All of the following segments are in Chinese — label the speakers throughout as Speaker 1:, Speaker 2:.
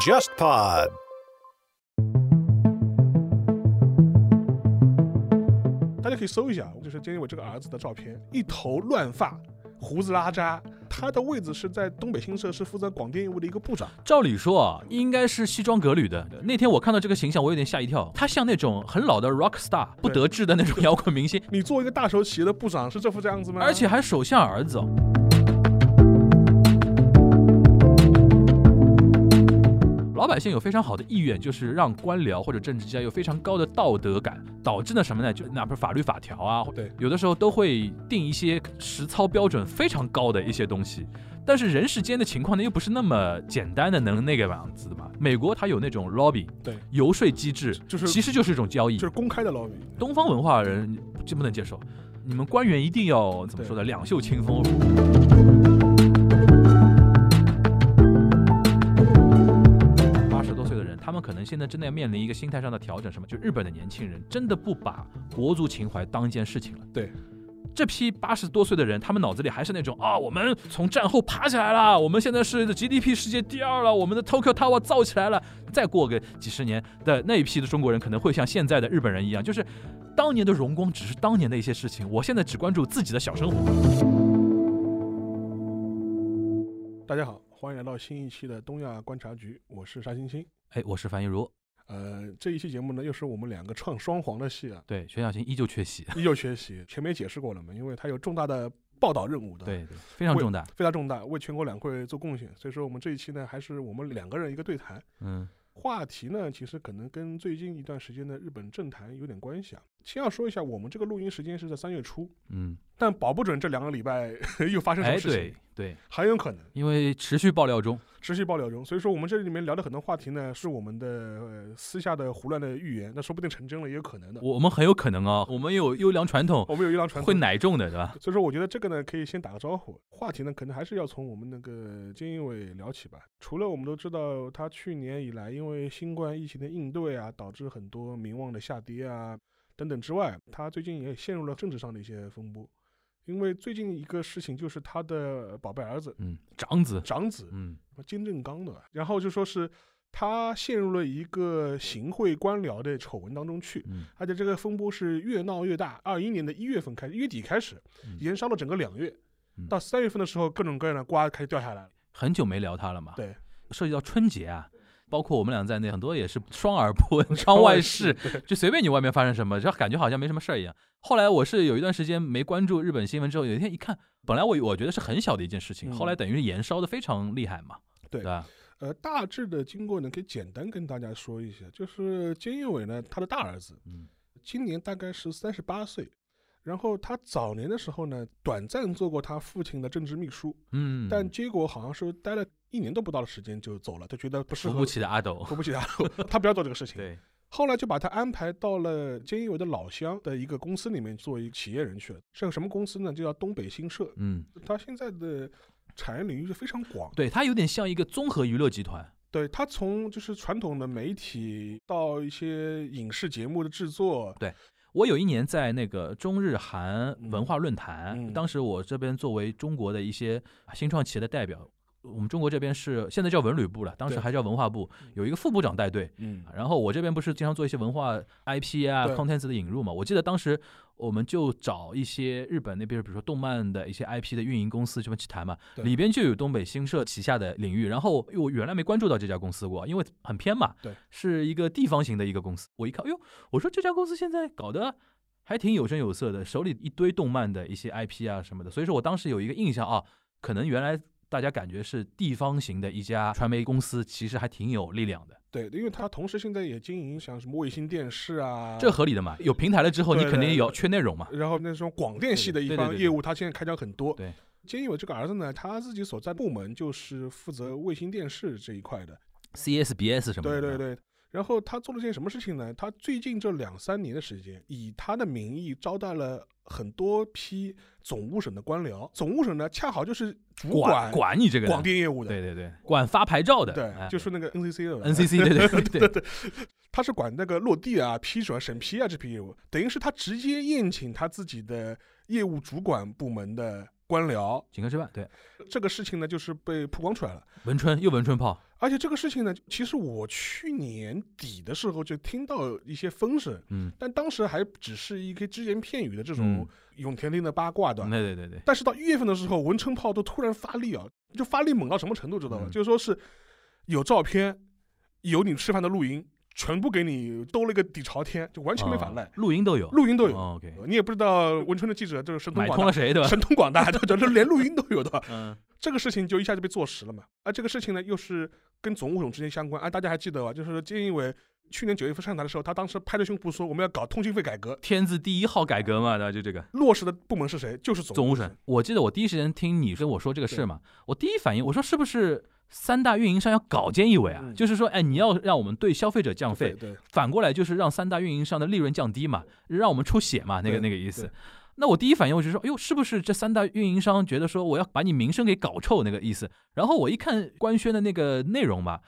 Speaker 1: JustPod。
Speaker 2: 大家可以搜一下，就是菅义伟这个儿子的照片，一头乱发，胡子拉碴。他的位置是在东北新社，是负责广电业务的一个部长。
Speaker 3: 照理说啊，应该是西装革履的。那天我看到这个形象，我有点吓一跳。他像那种很老的 rock star，不得志的那种摇滚明星，
Speaker 2: 你作为一个大手企业的部长，是这副这样子吗？
Speaker 3: 而且还首相儿子哦。老百姓有非常好的意愿，就是让官僚或者政治家有非常高的道德感，导致呢什么呢？就哪怕法律法条啊，或
Speaker 2: 对
Speaker 3: 有的时候都会定一些实操标准非常高的一些东西。但是人世间的情况呢，又不是那么简单的能那个样子的嘛。美国它有那种 lobby，
Speaker 2: 对，
Speaker 3: 游说机制，
Speaker 2: 就是
Speaker 3: 其实就是一种交易
Speaker 2: 就。是公开的 lobby。
Speaker 3: 东方文化人就不能接受，你们官员一定要怎么说呢？两袖清风。八十多岁的人，他们可能现在正在面临一个心态上的调整，什么？就日本的年轻人真的不把国足情怀当一件事情了。
Speaker 2: 对。
Speaker 3: 这批八十多岁的人，他们脑子里还是那种啊，我们从战后爬起来了，我们现在是 GDP 世界第二了，我们的 Tokyo Tower 造起来了。再过个几十年的那一批的中国人，可能会像现在的日本人一样，就是当年的荣光只是当年的一些事情，我现在只关注自己的小生活。
Speaker 2: 大家好，欢迎来到新一期的东亚观察局，我是沙欣欣。
Speaker 3: 哎，我是樊一茹，
Speaker 2: 呃，这一期节目呢，又是我们两个唱双簧的戏啊，
Speaker 3: 对，全小新依旧缺席，
Speaker 2: 依旧缺席。前面也解释过了嘛，因为他有重大的报道任务的，，
Speaker 3: 对对，非常重大。
Speaker 2: 非常重大，为全国两会做贡献。所以说，我们这一期呢，还是我们两个人一个对谈。
Speaker 3: 嗯，
Speaker 2: 话题呢，其实可能跟最近一段时间的日本政坛有点关系啊。先要说一下，我们这个录音时间是在三月初，
Speaker 3: 嗯，
Speaker 2: 但保不准这两个礼拜 又发生什
Speaker 3: 哎，
Speaker 2: 么事情，
Speaker 3: 对对，
Speaker 2: 很有可能
Speaker 3: 因为持续爆料中，
Speaker 2: 持续爆料中。所以说，我们这里面聊的很多话题呢，是我们的、呃、私下的胡乱的预言，那说不定成真了，也有可能的。
Speaker 3: 我们很有可能哦，我们有优良传统，
Speaker 2: 我们有一辆传
Speaker 3: 会
Speaker 2: 统。
Speaker 3: 奶种的，对吧？
Speaker 2: 所以说，我觉得这个呢，可以先打个招呼。话题呢，可能还是要从我们那个菅义伟聊起吧。除了我们都知道，他去年以来因为新冠疫情的应对啊，导致很多民望的下跌啊等等之外，他最近也陷入了政治上的一些风波。因为最近一个事情就是他的宝贝儿子、
Speaker 3: 嗯，长子，
Speaker 2: 长子
Speaker 3: 嗯，
Speaker 2: 金正刚的，然后就说是他陷入了一个行贿官僚的丑闻当中去。
Speaker 3: 嗯
Speaker 2: 而且这个风波是越闹越大。二一年的一月份开始，一月底开始
Speaker 3: 嗯，
Speaker 2: 延烧了整个两月，
Speaker 3: 嗯
Speaker 2: 到三月份的时候，各种各样的瓜开始掉下来了。
Speaker 3: 很久没聊他了嘛。
Speaker 2: 对，
Speaker 3: 涉及到春节啊，包括我们俩在内，很多也是双耳不闻窗外事，就随便你外面发生什么，就感觉好像没什么事儿一样。后来我是有一段时间没关注日本新闻，之后有一天一看，本来我我觉得是很小的一件事情，
Speaker 2: 嗯
Speaker 3: 后来等于是延烧的非常厉害嘛，
Speaker 2: 对
Speaker 3: 吧？
Speaker 2: 呃，大致的经过呢，可以简单跟大家说一下，就是菅义伟呢，他的大儿子
Speaker 3: 嗯
Speaker 2: 今年大概是三十八岁。然后他早年的时候呢，短暂做过他父亲的政治秘书，
Speaker 3: 嗯，
Speaker 2: 但结果好像是待了一年都不到的时间就走了，他觉得不适
Speaker 3: 扶
Speaker 2: 合，
Speaker 3: 不起的阿斗，
Speaker 2: 扶不起他， 他不要做这个事情。
Speaker 3: 对，
Speaker 2: 后来就把他安排到了菅义伟的老乡的一个公司里面做一个企业人去了。是个什么公司呢？就叫东北新社。
Speaker 3: 嗯，
Speaker 2: 他现在的产业领域是非常广，
Speaker 3: 对他有点像一个综合娱乐集团，
Speaker 2: 对他从就是传统的媒体到一些影视节目的制作，
Speaker 3: 我有一年在那个中日韩文化论坛，
Speaker 2: 嗯嗯
Speaker 3: 当时我这边作为中国的一些新创企业的代表，我们中国这边是现在叫文旅部了，当时
Speaker 2: 对
Speaker 3: 还叫文化部，有一个副部长带队。
Speaker 2: 嗯
Speaker 3: 然后我这边不是经常做一些文化 IP 啊、
Speaker 2: 对
Speaker 3: contents 的引入嘛？我记得当时我们就找一些日本那边，比如说动漫的一些 IP 的运营公司这边去谈嘛，
Speaker 2: 对
Speaker 3: 里边就有东北新社旗下的领域。然后因为我原来没关注到这家公司过，因为很偏嘛，
Speaker 2: 对，
Speaker 3: 是一个地方型的一个公司。我一看，哎呦，我说这家公司现在搞得。还挺有声有色的，手里一堆动漫的一些 IP 啊什么的，所以说我当时有一个印象啊，可能原来大家感觉是地方型的一家传媒公司，其实还挺有力量的。
Speaker 2: 对，因为他同时现在也经营像什么卫星电视啊，
Speaker 3: 这合理的嘛？有平台了之后，你
Speaker 2: 对
Speaker 3: 肯定
Speaker 2: 对
Speaker 3: 有缺内容嘛？
Speaker 2: 然后那种广电系的一
Speaker 3: 对对对
Speaker 2: 方
Speaker 3: 对
Speaker 2: 业务，他现在开张很多。
Speaker 3: 对，
Speaker 2: 菅义伟这个儿子呢，他自己所在部门就是负责卫星电视这一块的。
Speaker 3: CSBS 什么
Speaker 2: 对
Speaker 3: 的。
Speaker 2: 对对。然后他做了件什么事情呢？他最近这两三年的时间，以他的名义招待了很多批总务省的官僚。总务省呢，恰好就是主
Speaker 3: 管
Speaker 2: 管
Speaker 3: 管你这个的
Speaker 2: 广电业务的，
Speaker 3: 对对对，管发牌照的，
Speaker 2: 对，
Speaker 3: 哎
Speaker 2: 就是那个 NCC 的吧
Speaker 3: NCC，对对对对，
Speaker 2: 他是管那个落地啊、批准、审批啊这批业务，等于是他直接宴请他自己的业务主管部门的官僚，
Speaker 3: 井冈之半，对，
Speaker 2: 这个事情呢就是被曝光出来了。
Speaker 3: 文春又文春炮，
Speaker 2: 而且这个事情呢，其实我去年底的时候就听到一些风声，
Speaker 3: 嗯，
Speaker 2: 但当时还只是一个只言片语的这种
Speaker 3: 嗯
Speaker 2: 永田町的八卦的。
Speaker 3: 对对对对，
Speaker 2: 但是到一月份的时候，文春炮都突然发力啊，就发力猛到什么程度，知道吧？
Speaker 3: 嗯
Speaker 2: 就是说是有照片，有你吃饭的录音，全部给你兜了一个底朝天，就完全没法
Speaker 3: 啊
Speaker 2: 赖，
Speaker 3: 录音都有，
Speaker 2: 录音都有。
Speaker 3: 哦 OK，
Speaker 2: 你也不知道文春的记者就是神通
Speaker 3: 买
Speaker 2: 广
Speaker 3: 通
Speaker 2: 大
Speaker 3: 了，谁对 吧？
Speaker 2: 神通广大，对对，连录音都有的。
Speaker 3: 嗯，
Speaker 2: 这个事情就一下就被坐实了嘛。而这个事情呢，又是跟总务总之间相关。啊，大家还记得吧？就是菅义伟去年九月份上台的时候，他当时拍着胸脯说我们要搞通讯费改革，
Speaker 3: 天字第一号改革嘛，对吧？就这个
Speaker 2: 落实的部门是谁？就是总
Speaker 3: 总务
Speaker 2: 省
Speaker 3: 省。。我记得我第一时间听你跟我说这个事
Speaker 2: 对
Speaker 3: 嘛，我第一反应我说是不是三大运营商要搞菅义伟啊？
Speaker 2: 嗯
Speaker 3: 就是说，哎，你要让我们对消费者降
Speaker 2: 对
Speaker 3: 费，
Speaker 2: 对，
Speaker 3: 反过来就是让三大运营商的利润降低嘛，让我们出血嘛，那个
Speaker 2: 对
Speaker 3: 那个意思
Speaker 2: 对。
Speaker 3: 那我第一反应我就说，哎呦，是不是这三大运营商觉得说我要把你名声给搞臭那个意思？然后我一看官宣的那个内容嘛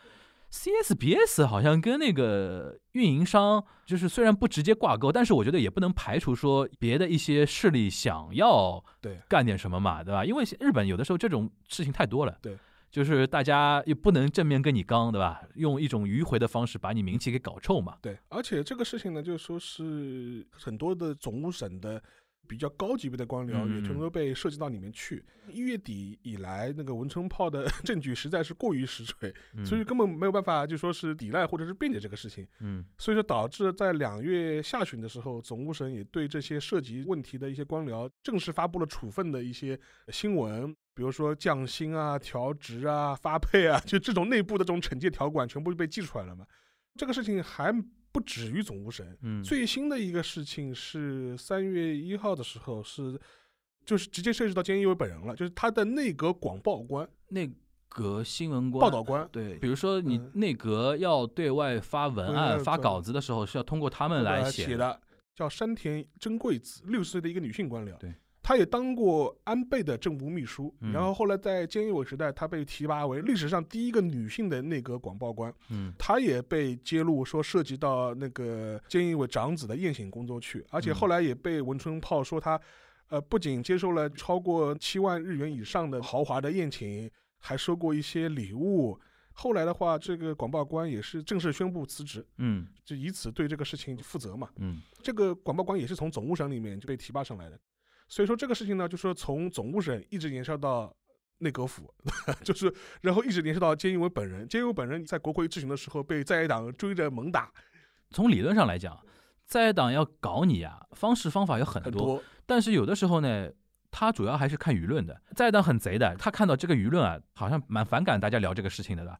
Speaker 3: ，CSBS 好像跟那个运营商就是虽然不直接挂钩，但是我觉得也不能排除说别的一些势力想要
Speaker 2: 对
Speaker 3: 干点什么嘛，对吧？因为日本有的时候这种事情太多了，
Speaker 2: 对。
Speaker 3: 就是大家也不能正面跟你刚，对吧？用一种迂回的方式把你名气给搞臭嘛。
Speaker 2: 对，而且这个事情呢，就是说是很多的总务省的比较高级别的官僚
Speaker 3: 嗯
Speaker 2: 也全都被涉及到里面去。一月底以来，那个文春炮的 证据实在是过于实锤，
Speaker 3: 嗯
Speaker 2: 所以根本没有办法就说是抵赖或者是辩解这个事情。
Speaker 3: 嗯
Speaker 2: 所以说导致在两月下旬的时候，总务省也对这些涉及问题的一些官僚正式发布了处分的一些新闻，比如说降薪啊、调职啊、发配啊， 就这种内部的这种惩戒条款全部被记出来了嘛。这个事情还不止于总务省，
Speaker 3: 嗯，
Speaker 2: 最新的一个事情是三月一号的时候是。就是直接涉及到菅义伟本人了，就是他的内阁广报官、
Speaker 3: 内阁新闻官
Speaker 2: 报道 官，
Speaker 3: 对，比如说你
Speaker 2: 嗯
Speaker 3: 内阁要对外发文
Speaker 2: 对
Speaker 3: 案、
Speaker 2: 要
Speaker 3: 发
Speaker 2: 做
Speaker 3: 稿子的时候，是要通过他们来
Speaker 2: 写
Speaker 3: 写的。
Speaker 2: 的，叫山田真贵子，六十岁的一个女性官僚。
Speaker 3: 对，
Speaker 2: 她也当过安倍的政务秘书，
Speaker 3: 嗯
Speaker 2: 然后后来在菅义伟时代，她被提拔为历史上第一个女性的内阁广报官。
Speaker 3: 嗯
Speaker 2: 她也被揭露说涉及到那个菅义伟长子的宴请工作去，而且
Speaker 3: 嗯
Speaker 2: 后来也被文春炮说她，呃，不仅接受了超过七万日元以上的豪华的宴请，还收过一些礼物。后来的话，这个广报官也是正式宣布辞职。
Speaker 3: 嗯
Speaker 2: 就以此对这个事情负责嘛。
Speaker 3: 嗯
Speaker 2: 这个广报官也是从总务省里面就被提拔上来的，所以说这个事情呢，就说从总务省一直延烧到内阁府， 就是然后一直延烧到菅义伟本人。菅义伟本人在国会质询的时候被在野党追着猛打
Speaker 3: 从理论上来讲，在野党要搞你啊，方式方法有很
Speaker 2: 很
Speaker 3: 多，
Speaker 2: 多，
Speaker 3: 但是有的时候呢。他主要还是看舆论的，在野党很贼的，他看到这个舆论啊，好像蛮反感大家聊这个事情的，对吧？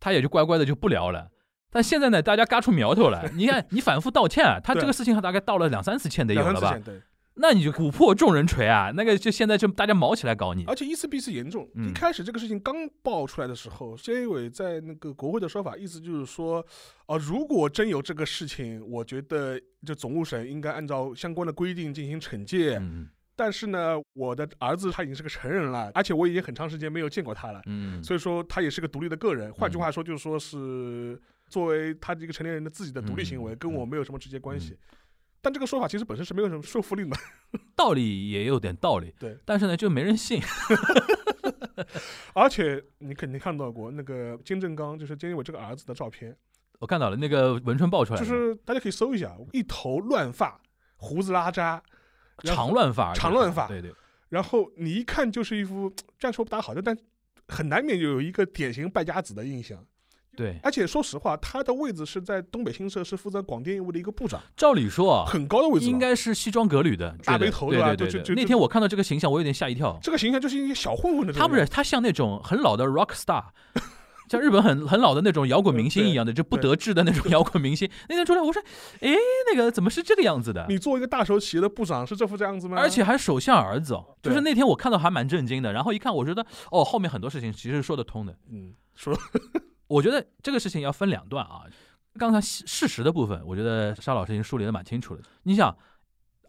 Speaker 3: 他也就乖乖的就不聊了。但现在呢，大家嘎出苗头来，你看你反复道歉啊，他这个
Speaker 2: 对
Speaker 3: 事情大概道了两三次歉得有
Speaker 2: 两三
Speaker 3: 了
Speaker 2: 次
Speaker 3: 吧嗯
Speaker 2: 前？对，
Speaker 3: 那你就琥珀众人锤啊！那个就现在就大家毛起来搞你
Speaker 2: 而，且一次比一次严重。
Speaker 3: 嗯
Speaker 2: 一开始这个事情刚爆出来的时候，菅义伟在那个国会的说法，意思就是说，啊、如果真有这个事情，我觉得就总务省应该按照相关的规定进行惩戒。
Speaker 3: 嗯
Speaker 2: 但是呢，我的儿子他已经是个成人了，而且我已经很长时间没有见过他了，
Speaker 3: 嗯，
Speaker 2: 所以说他也是个独立的个人。换句话说，就是说是作为他这个成年人的自己的独立行为，
Speaker 3: 嗯
Speaker 2: 跟我没有什么直接关系。但这个说法其实本身是没有什么说服力的。
Speaker 3: 道理也有点道理，
Speaker 2: 对，
Speaker 3: 但是呢就没人信，
Speaker 2: 而且你肯定看到过那个金正刚，就是菅义伟这个儿子的照片，
Speaker 3: 我看到了那个文春爆出来
Speaker 2: 就
Speaker 3: 了，
Speaker 2: 是大家可以搜一下，一头乱发，胡子拉碴，然后
Speaker 3: 长乱发，
Speaker 2: 长乱发
Speaker 3: 对对，
Speaker 2: 然后你一看就是一副这样说不大好的，但很难免有一个典型败家子的印象。
Speaker 3: 对，
Speaker 2: 而且说实话，他的位置是在东北新社，是负责广电业务的一个部长，
Speaker 3: 照理说啊，
Speaker 2: 很高的位置了。
Speaker 3: 应该是西装革履的，
Speaker 2: 大
Speaker 3: 对的
Speaker 2: 背头
Speaker 3: 对
Speaker 2: 对吧
Speaker 3: 对
Speaker 2: 就
Speaker 3: 对
Speaker 2: 就
Speaker 3: 对。
Speaker 2: 就
Speaker 3: 那天我看到这个形象，我有点吓一跳。
Speaker 2: 这个形象就是一个小混混的这种
Speaker 3: 他不是，他像那种很老的 rock star，像日本很很老的那种摇滚明星一样的，就不得志的那种摇滚明星。那天出来，我说，哎，那个怎么是这个样子的？
Speaker 2: 你做一个大手企业的部长是这副这样子吗？
Speaker 3: 而且还是首相儿子哦，就是
Speaker 2: 对
Speaker 3: 那天我看到还蛮震惊的，然后一看我觉得哦，后面很多事情其实是说得通的。
Speaker 2: 嗯，说
Speaker 3: 我觉得这个事情要分两段啊，刚才事事实的部分，我觉得沙老师已经梳理的蛮清楚了。你想，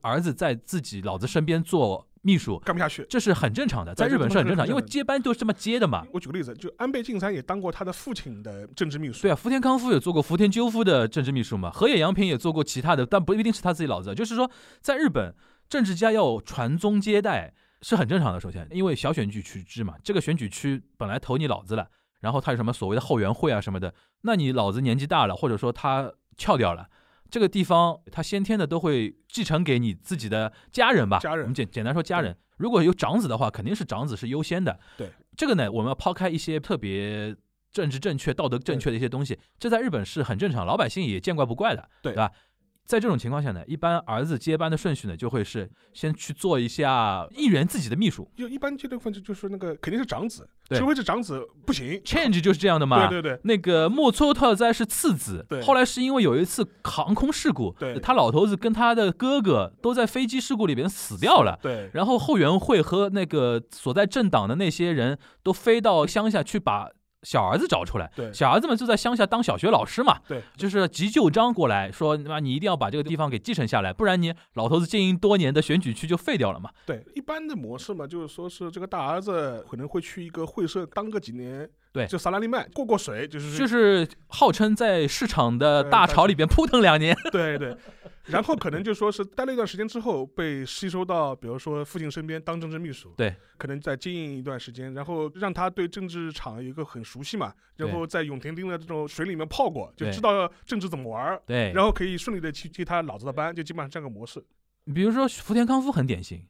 Speaker 3: 儿子在自己老子身边做秘书，
Speaker 2: 干不下去。
Speaker 3: 这是很正常的，在
Speaker 2: 对
Speaker 3: 日本是很正常，
Speaker 2: 这个
Speaker 3: 因为
Speaker 2: 很正常
Speaker 3: 接班都是这么接的嘛。
Speaker 2: 我举个例子，就安倍晋三也当过他的父亲的政治秘书。
Speaker 3: 对啊，福田康夫有做过福田赳夫的政治秘书嘛，河野洋平也做过其他的，但不一定是他自己老子。就是说，在日本，政治家要传宗接代，是很正常的。首先，因为小选举区制嘛，这个选举区本来投你老子了，然后他有什么所谓的后援会啊什么的，那你老子年纪大了，或者说他翘掉了。这个地方，他先天的都会继承给你自己的家人吧？
Speaker 2: 家人
Speaker 3: 我们简简单说家人。如果有长子的话，肯定是长子是优先的。
Speaker 2: 对，
Speaker 3: 这个呢，我们要抛开一些特别政治正确、道德正确的一些东西，这在日本是很正常，老百姓也见怪不怪的，
Speaker 2: 对
Speaker 3: 吧？在这种情况下呢，一般儿子接班的顺序呢，就会是先去做一下议员自己的秘书
Speaker 2: 就一般这对分就是那个肯定是长子，
Speaker 3: 对
Speaker 2: 除非是长子不行。
Speaker 3: ，change 就是这样的嘛。
Speaker 2: 对对对，
Speaker 3: 那个莫措特哉是次子
Speaker 2: 对，
Speaker 3: 后来是因为有一次航空事故
Speaker 2: 对，
Speaker 3: 他老头子跟他的哥哥都在飞机事故里边死掉了。
Speaker 2: 对
Speaker 3: 然后后援会和那个所在政党的那些人都飞到乡下去把小儿子找出来。
Speaker 2: 对
Speaker 3: 小儿子们就在乡下当小学老师嘛，
Speaker 2: 对，
Speaker 3: 就是急救章过来说，那你一定要把这个地方给继承下来，不然你老头子经营多年的选举区就废掉了嘛。
Speaker 2: 对，一般的模式嘛，就是说是这个大儿子可能会去一个会社当个几年，
Speaker 3: 对
Speaker 2: 就萨拉利曼过过水，就是
Speaker 3: 就是号称在市场的
Speaker 2: 对
Speaker 3: 大潮里边扑腾 两年，
Speaker 2: 对对，然后可能就说是待了一段时间之后被吸收到，比如说父亲身边当政治秘书，
Speaker 3: 对，
Speaker 2: 可能在经营一段时间，然后让他对政治场有一个很熟悉嘛，然
Speaker 3: 对
Speaker 2: 后在永田町的这种水里面泡过，就
Speaker 3: 对
Speaker 2: 知道政治怎么玩儿，
Speaker 3: 对。
Speaker 2: 然后可以顺利的去接他老子的班，就基本上这样个模式。
Speaker 3: 比如说福田康夫很典型，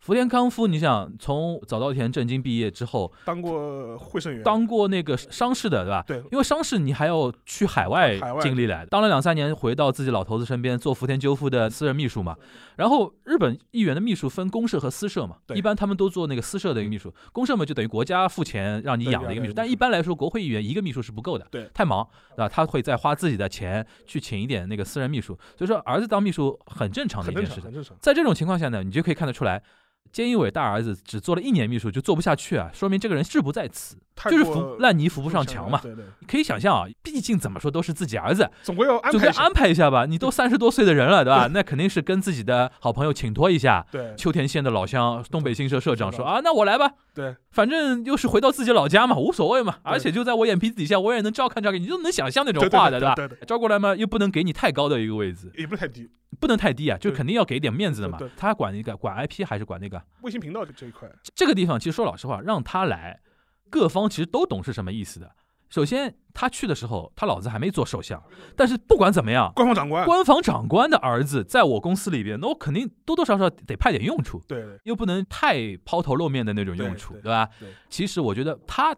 Speaker 3: 福田康夫，你想从早稻田政经毕业之后，
Speaker 2: 当过会社员，
Speaker 3: 当过那个商事的，对吧？
Speaker 2: 对
Speaker 3: 因为商事你还要去海外
Speaker 2: 海外
Speaker 3: 经历来，当了两三年，回到自己老头子身边做福田赳夫的私人秘书嘛。然后日本议员的秘书分公社和私社嘛，
Speaker 2: 对
Speaker 3: 一般他们都做那个私社的一个秘书，公社嘛就等于国家付钱让你
Speaker 2: 对
Speaker 3: 养的一个
Speaker 2: 养的
Speaker 3: 秘
Speaker 2: 一个秘
Speaker 3: 书
Speaker 2: 书，
Speaker 3: 但一般来说国会议员一个秘书是不够的，
Speaker 2: 对
Speaker 3: 太忙，对吧？他会再花自己的钱去请一点那个私人秘书，所以说儿子当秘书很正常的
Speaker 2: 很正
Speaker 3: 一件事
Speaker 2: 常，
Speaker 3: 情
Speaker 2: 很。正常。
Speaker 3: 在这种情况下呢，你就可以看得出来。菅义伟大儿子只做了一年秘书就做不下去啊，说明这个人志不在此。
Speaker 2: 太
Speaker 3: 就是
Speaker 2: 过
Speaker 3: 扶烂泥扶不上
Speaker 2: 强
Speaker 3: 墙
Speaker 2: 了
Speaker 3: 嘛。
Speaker 2: 对对，
Speaker 3: 可以想象啊，毕竟怎么说都是自己儿子，
Speaker 2: 总归要安
Speaker 3: 总
Speaker 2: 排
Speaker 3: 得
Speaker 2: 一下。
Speaker 3: 安排一下吧。你都三十多岁的人了，对吧？那肯定是跟自己的好朋友请托一下。
Speaker 2: 对
Speaker 3: 秋田县的老乡东北新社社长说
Speaker 2: 对
Speaker 3: 啊，那我来吧，
Speaker 2: 对
Speaker 3: 反正又是回到自己老家嘛，无所谓嘛。
Speaker 2: 对
Speaker 3: 而且就在我眼皮子底下，我也能照看照看，你就能想象那种
Speaker 2: 对
Speaker 3: 话
Speaker 2: 对
Speaker 3: 的，
Speaker 2: 对
Speaker 3: 吧？
Speaker 2: 对对，
Speaker 3: 招过来嘛，又不能给你太高的一个位置，
Speaker 2: 对也不是太低。
Speaker 3: 不能太低啊，就
Speaker 2: 对
Speaker 3: 肯定要给点面子的嘛
Speaker 2: 对对。
Speaker 3: 他管那个管 IP 还是管那个
Speaker 2: 卫星频道这一块，
Speaker 3: 这个地方其实说老实话，让他来，各方其实都懂是什么意思的。首先，他去的时候，他老子还没做首相，但是不管怎么样，
Speaker 2: 官方长官，
Speaker 3: 官房长官的儿子在我公司里边，那我肯定多多少少得派点用处，
Speaker 2: 对对
Speaker 3: 又不能太抛头露面的那种用处，
Speaker 2: 对对
Speaker 3: 对吧
Speaker 2: 对？
Speaker 3: 其实我觉得他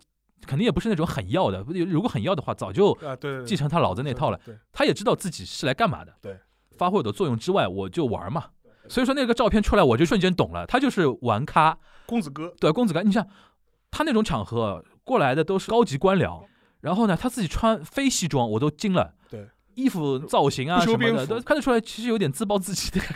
Speaker 3: 肯定也不是那种很要的，如果很要的话，早就
Speaker 2: 啊，对对对，
Speaker 3: 继承他老子那套了。
Speaker 2: 对。对
Speaker 3: 他也知道自己是来干嘛的，
Speaker 2: 对，
Speaker 3: 发挥我的作用之外，我就玩嘛。所以说那个照片出来，我就瞬间懂了，他就是玩咖，
Speaker 2: 公子哥，
Speaker 3: 对，公子哥，你想他那种场合过来的都是高级官僚，然后呢，他自己穿非西装，我都惊了。
Speaker 2: 对，
Speaker 3: 衣服造型啊
Speaker 2: 不修
Speaker 3: 什么的，
Speaker 2: 边幅
Speaker 3: 都看得出来，其实有点自暴自弃的感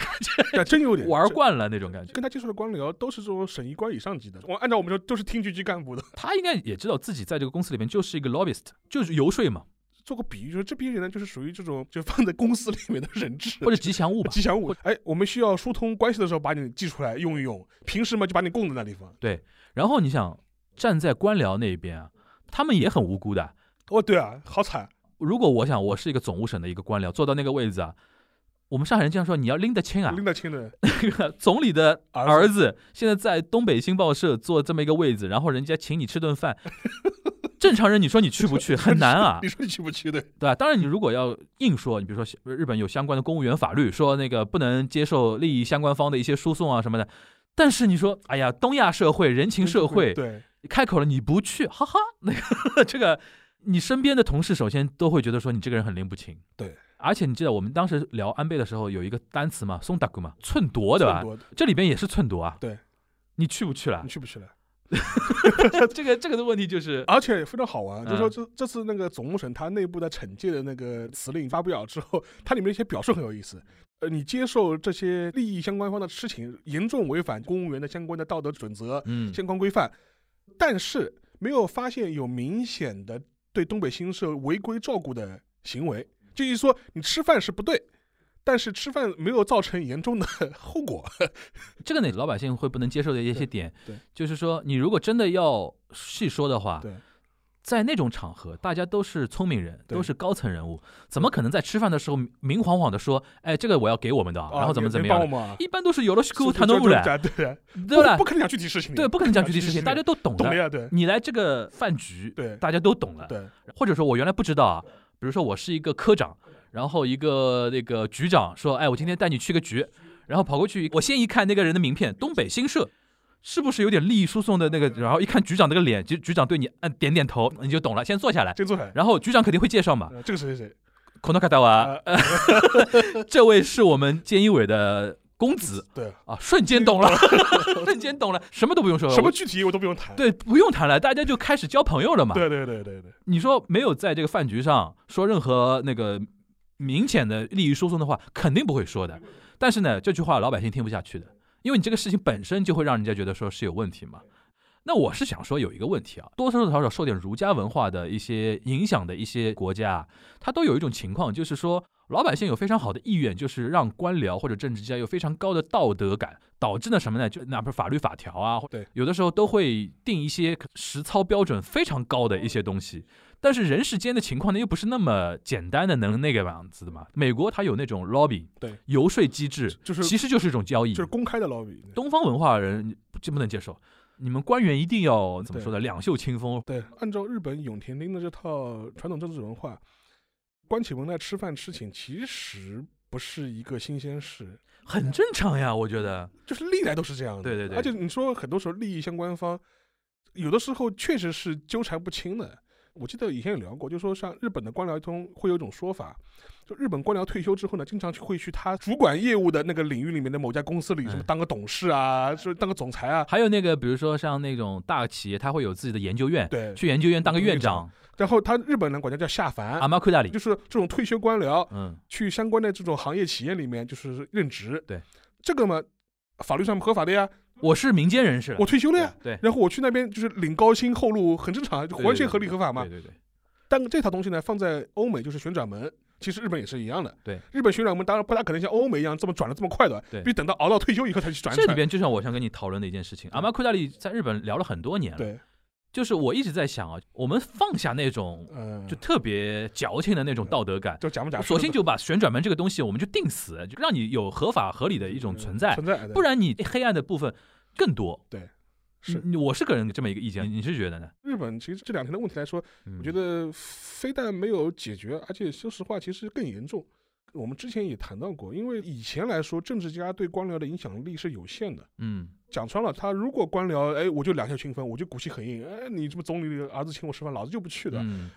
Speaker 2: 但真有点
Speaker 3: 觉，玩
Speaker 2: 这
Speaker 3: 惯了那种感觉。
Speaker 2: 跟他接触的官僚都是这种省一官以上级的，我按照我们说都是厅局级干部的。
Speaker 3: 他应该也知道自己在这个公司里面就是一个 lobbyist，就是游说嘛，
Speaker 2: 做个比喻，就是这批人呢，就是属于这种就放在公司里面的人质
Speaker 3: 或者吉 祥物吧。
Speaker 2: 吉祥物。哎，我们需要疏通关系的时候把你寄出来用一用，平时嘛就把你供在那地方。
Speaker 3: 然后你想站在官僚那边啊，他们也很无辜的。
Speaker 2: 哦，对啊，好惨，
Speaker 3: 如果我想我是一个总务省的一个官僚，坐到那个位置啊，我们上海人经常说你要拎得清啊，
Speaker 2: 拎得清的
Speaker 3: 总理的
Speaker 2: 儿
Speaker 3: 儿子现在在东北新报社做这么一个位置，然后人家请你吃顿饭， 正常人你说你去不 去很难啊
Speaker 2: 你，说你去不去的？
Speaker 3: 对吧？当然你如果要硬说，你比如说日本有相关的公务员法律，说那个不能接受利益相关方的一些输送啊什么的。但是你说，哎呀，东亚社会、人情社会
Speaker 2: 对
Speaker 3: 开口了，你不去，哈哈，那个 这个，你身边的同事首先都会觉得说你这个人很拎不清。
Speaker 2: 对，
Speaker 3: 而且你记得我们当时聊安倍的时候，有一个单词嘛，松达古嘛，寸夺对吧？
Speaker 2: 更多的
Speaker 3: 这里边也是寸夺啊。
Speaker 2: 对，
Speaker 3: 你去不去 了
Speaker 2: 你？去不去了？
Speaker 3: 这个这个的问题就是，
Speaker 2: 而且非常好玩，就说
Speaker 3: 嗯
Speaker 2: 这这次那个总务省它内部的惩戒的那个辞令发布了之后，它里面一些表述很有意思。呃，你接受这些利益相关方的痴情，严重违反公务员的相关的道德准则、
Speaker 3: 嗯，
Speaker 2: 相关规范，但是没有发现有明显的对东北新社违规照顾的行为，就是说你吃饭是不对，但是吃饭没有造成严重的 后果。
Speaker 3: 这个呢，老百姓会不能接受的一些点，
Speaker 2: 对对
Speaker 3: 啊就是说，你如果真的要细说的话，
Speaker 2: 对
Speaker 3: 在那种场合，大家都是聪明人，
Speaker 2: 对
Speaker 3: 都是高层人物，怎么可能在吃饭的时候明晃晃的说，哎，这个我要给我们的啊，然后怎么怎么样的？
Speaker 2: 样，
Speaker 3: 一般都是有了沟
Speaker 2: 沟
Speaker 3: 谈的污染，
Speaker 2: 对啊
Speaker 3: 对吧
Speaker 2: 不？可能讲具体事情的，
Speaker 3: 对，不可能讲具
Speaker 2: 具
Speaker 3: 体事
Speaker 2: 体
Speaker 3: 情，大家都懂
Speaker 2: 懂的
Speaker 3: 的。
Speaker 2: 呀，对
Speaker 3: 你来这个饭局，
Speaker 2: 对
Speaker 3: 大家都懂了。
Speaker 2: 对
Speaker 3: 或者说我原来不知道啊，比如说我是一个科长，然后一个那个局长说，哎，我今天带你去个局，然后跑过去，我先一看那个人的名片，东北新社。是不是有点利益输送的那个？然后一看局长那个脸，局局长对你按点点头，你就懂了。先坐下来，
Speaker 2: 这个坐下来，
Speaker 3: 哎然后局长肯定会介绍嘛。
Speaker 2: 呃这个谁谁谁
Speaker 3: 孔诺卡达瓦，
Speaker 2: 啊，
Speaker 3: 这位是我们监一委的公子
Speaker 2: 对，
Speaker 3: 啊，瞬间懂了， 瞬间懂了，什么都不用说，
Speaker 2: 嗯什么
Speaker 3: 呃我
Speaker 2: 具体我都不用谈，
Speaker 3: 对，不用谈了，大家就开始交朋友了嘛。
Speaker 2: 对对对对对，
Speaker 3: 你说没有在这个饭局上说任何那个明显的利益输送的话，肯定不会说的。但是呢，这句话老百姓听不下去的，因为你这个事情本身就会让人家觉得说是有问题嘛。那我是想说有一个问题啊，多多少少受点儒家文化的一些影响的一些国家啊，它都有一种情况，就是说老百姓有非常好的意愿，就是让官僚或者政治家有非常高的道德感，导致呢什么呢？就哪怕法律法条啊，或
Speaker 2: 对
Speaker 3: 有的时候都会定一些实操标准非常高的一些东西。但是人世间的情况呢，又不是那么简单的能那个样子的嘛。美国它有那种 lobby，
Speaker 2: 对，
Speaker 3: 游说机制，
Speaker 2: 就是
Speaker 3: 其实就是一种交易。
Speaker 2: 就是公开的老比，
Speaker 3: 东方文化人就不能接受，你们官员一定要怎么说呢？两袖清风。
Speaker 2: 对，按照日本永田町的这套传统政治文化，关起门来吃饭吃请其实不是一个新鲜事，
Speaker 3: 很正常呀，我觉得。
Speaker 2: 就是历来都是这样的。
Speaker 3: 对对对
Speaker 2: 而且你说很多时候利益相关方，有的时候确实是纠缠不清的。我记得以前有聊过，就说像日本的官僚中会有一种说法，就日本官僚退休之后呢，经常去会去他主管业务的那个领域里面的某家公司里，什么
Speaker 3: 嗯
Speaker 2: 当个董事啊，就是当个总裁啊，
Speaker 3: 还有那个，比如说像那种大企业，它会有自己的研究院，
Speaker 2: 对。
Speaker 3: 去研究院当个院长，
Speaker 2: 然后他日本人管他叫下凡，
Speaker 3: 阿玛库达里
Speaker 2: 就。是这种退休官僚，
Speaker 3: 嗯，
Speaker 2: 去相关的这种行业企业里面就是任职。
Speaker 3: 对，
Speaker 2: 这个嘛，法律上合法的呀，
Speaker 3: 我是啊民间人士。
Speaker 2: 我退休了呀。
Speaker 3: 对
Speaker 2: 然后我去那边就是领高薪厚禄，很正常，就
Speaker 3: 对
Speaker 2: 完全合理合法嘛
Speaker 3: 对。对对，
Speaker 2: 但这套东西呢，放在欧美就是旋转门，其实日本也是一样的。
Speaker 3: 对，
Speaker 2: 日本旋转门当然不大可能像欧美一样这么转的这么快的，
Speaker 3: 对
Speaker 2: 必须等到熬到退休以后才去转一
Speaker 3: 这里
Speaker 2: 转。
Speaker 3: 边就像我想跟你讨论的一件事情，阿玛库达里在日本聊了很多年了。
Speaker 2: 对，
Speaker 3: 就是我一直在想啊，我们放下那种
Speaker 2: 嗯，
Speaker 3: 就特别矫情的那种道德感，
Speaker 2: 就假不假，
Speaker 3: 索性就把旋转门这个东西我们就定死，就让你有合法合理的一种存在，
Speaker 2: 嗯存在，对
Speaker 3: 不然你黑暗的部分更多。
Speaker 2: 是
Speaker 3: 你我是个人这么一个意见，你你是觉得呢？
Speaker 2: 日本。其实这两天的问题来说，
Speaker 3: 我
Speaker 2: 我觉得非但没有解决，而且说实话，其实更严重。我们之前也谈到过，因为以前来说，政治家对官僚的影响力是有限的。
Speaker 3: 嗯，
Speaker 2: 讲穿了，他如果官僚，哎，我就两袖清风，我就骨气很硬，哎，你什么总理的儿子请我吃饭，老子就不去的。
Speaker 3: 嗯，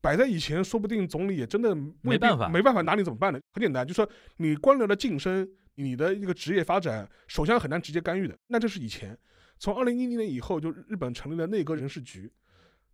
Speaker 2: 摆在以前，说不定总理也真的未
Speaker 3: 没
Speaker 2: 必
Speaker 3: 办法
Speaker 2: 没办法拿你怎么办呢？很简单，就说你官僚的晋升，你的一个职业发展，首相很难直接干预的。那这是以前，从二零一零年以后，就日本成立了内阁人事局。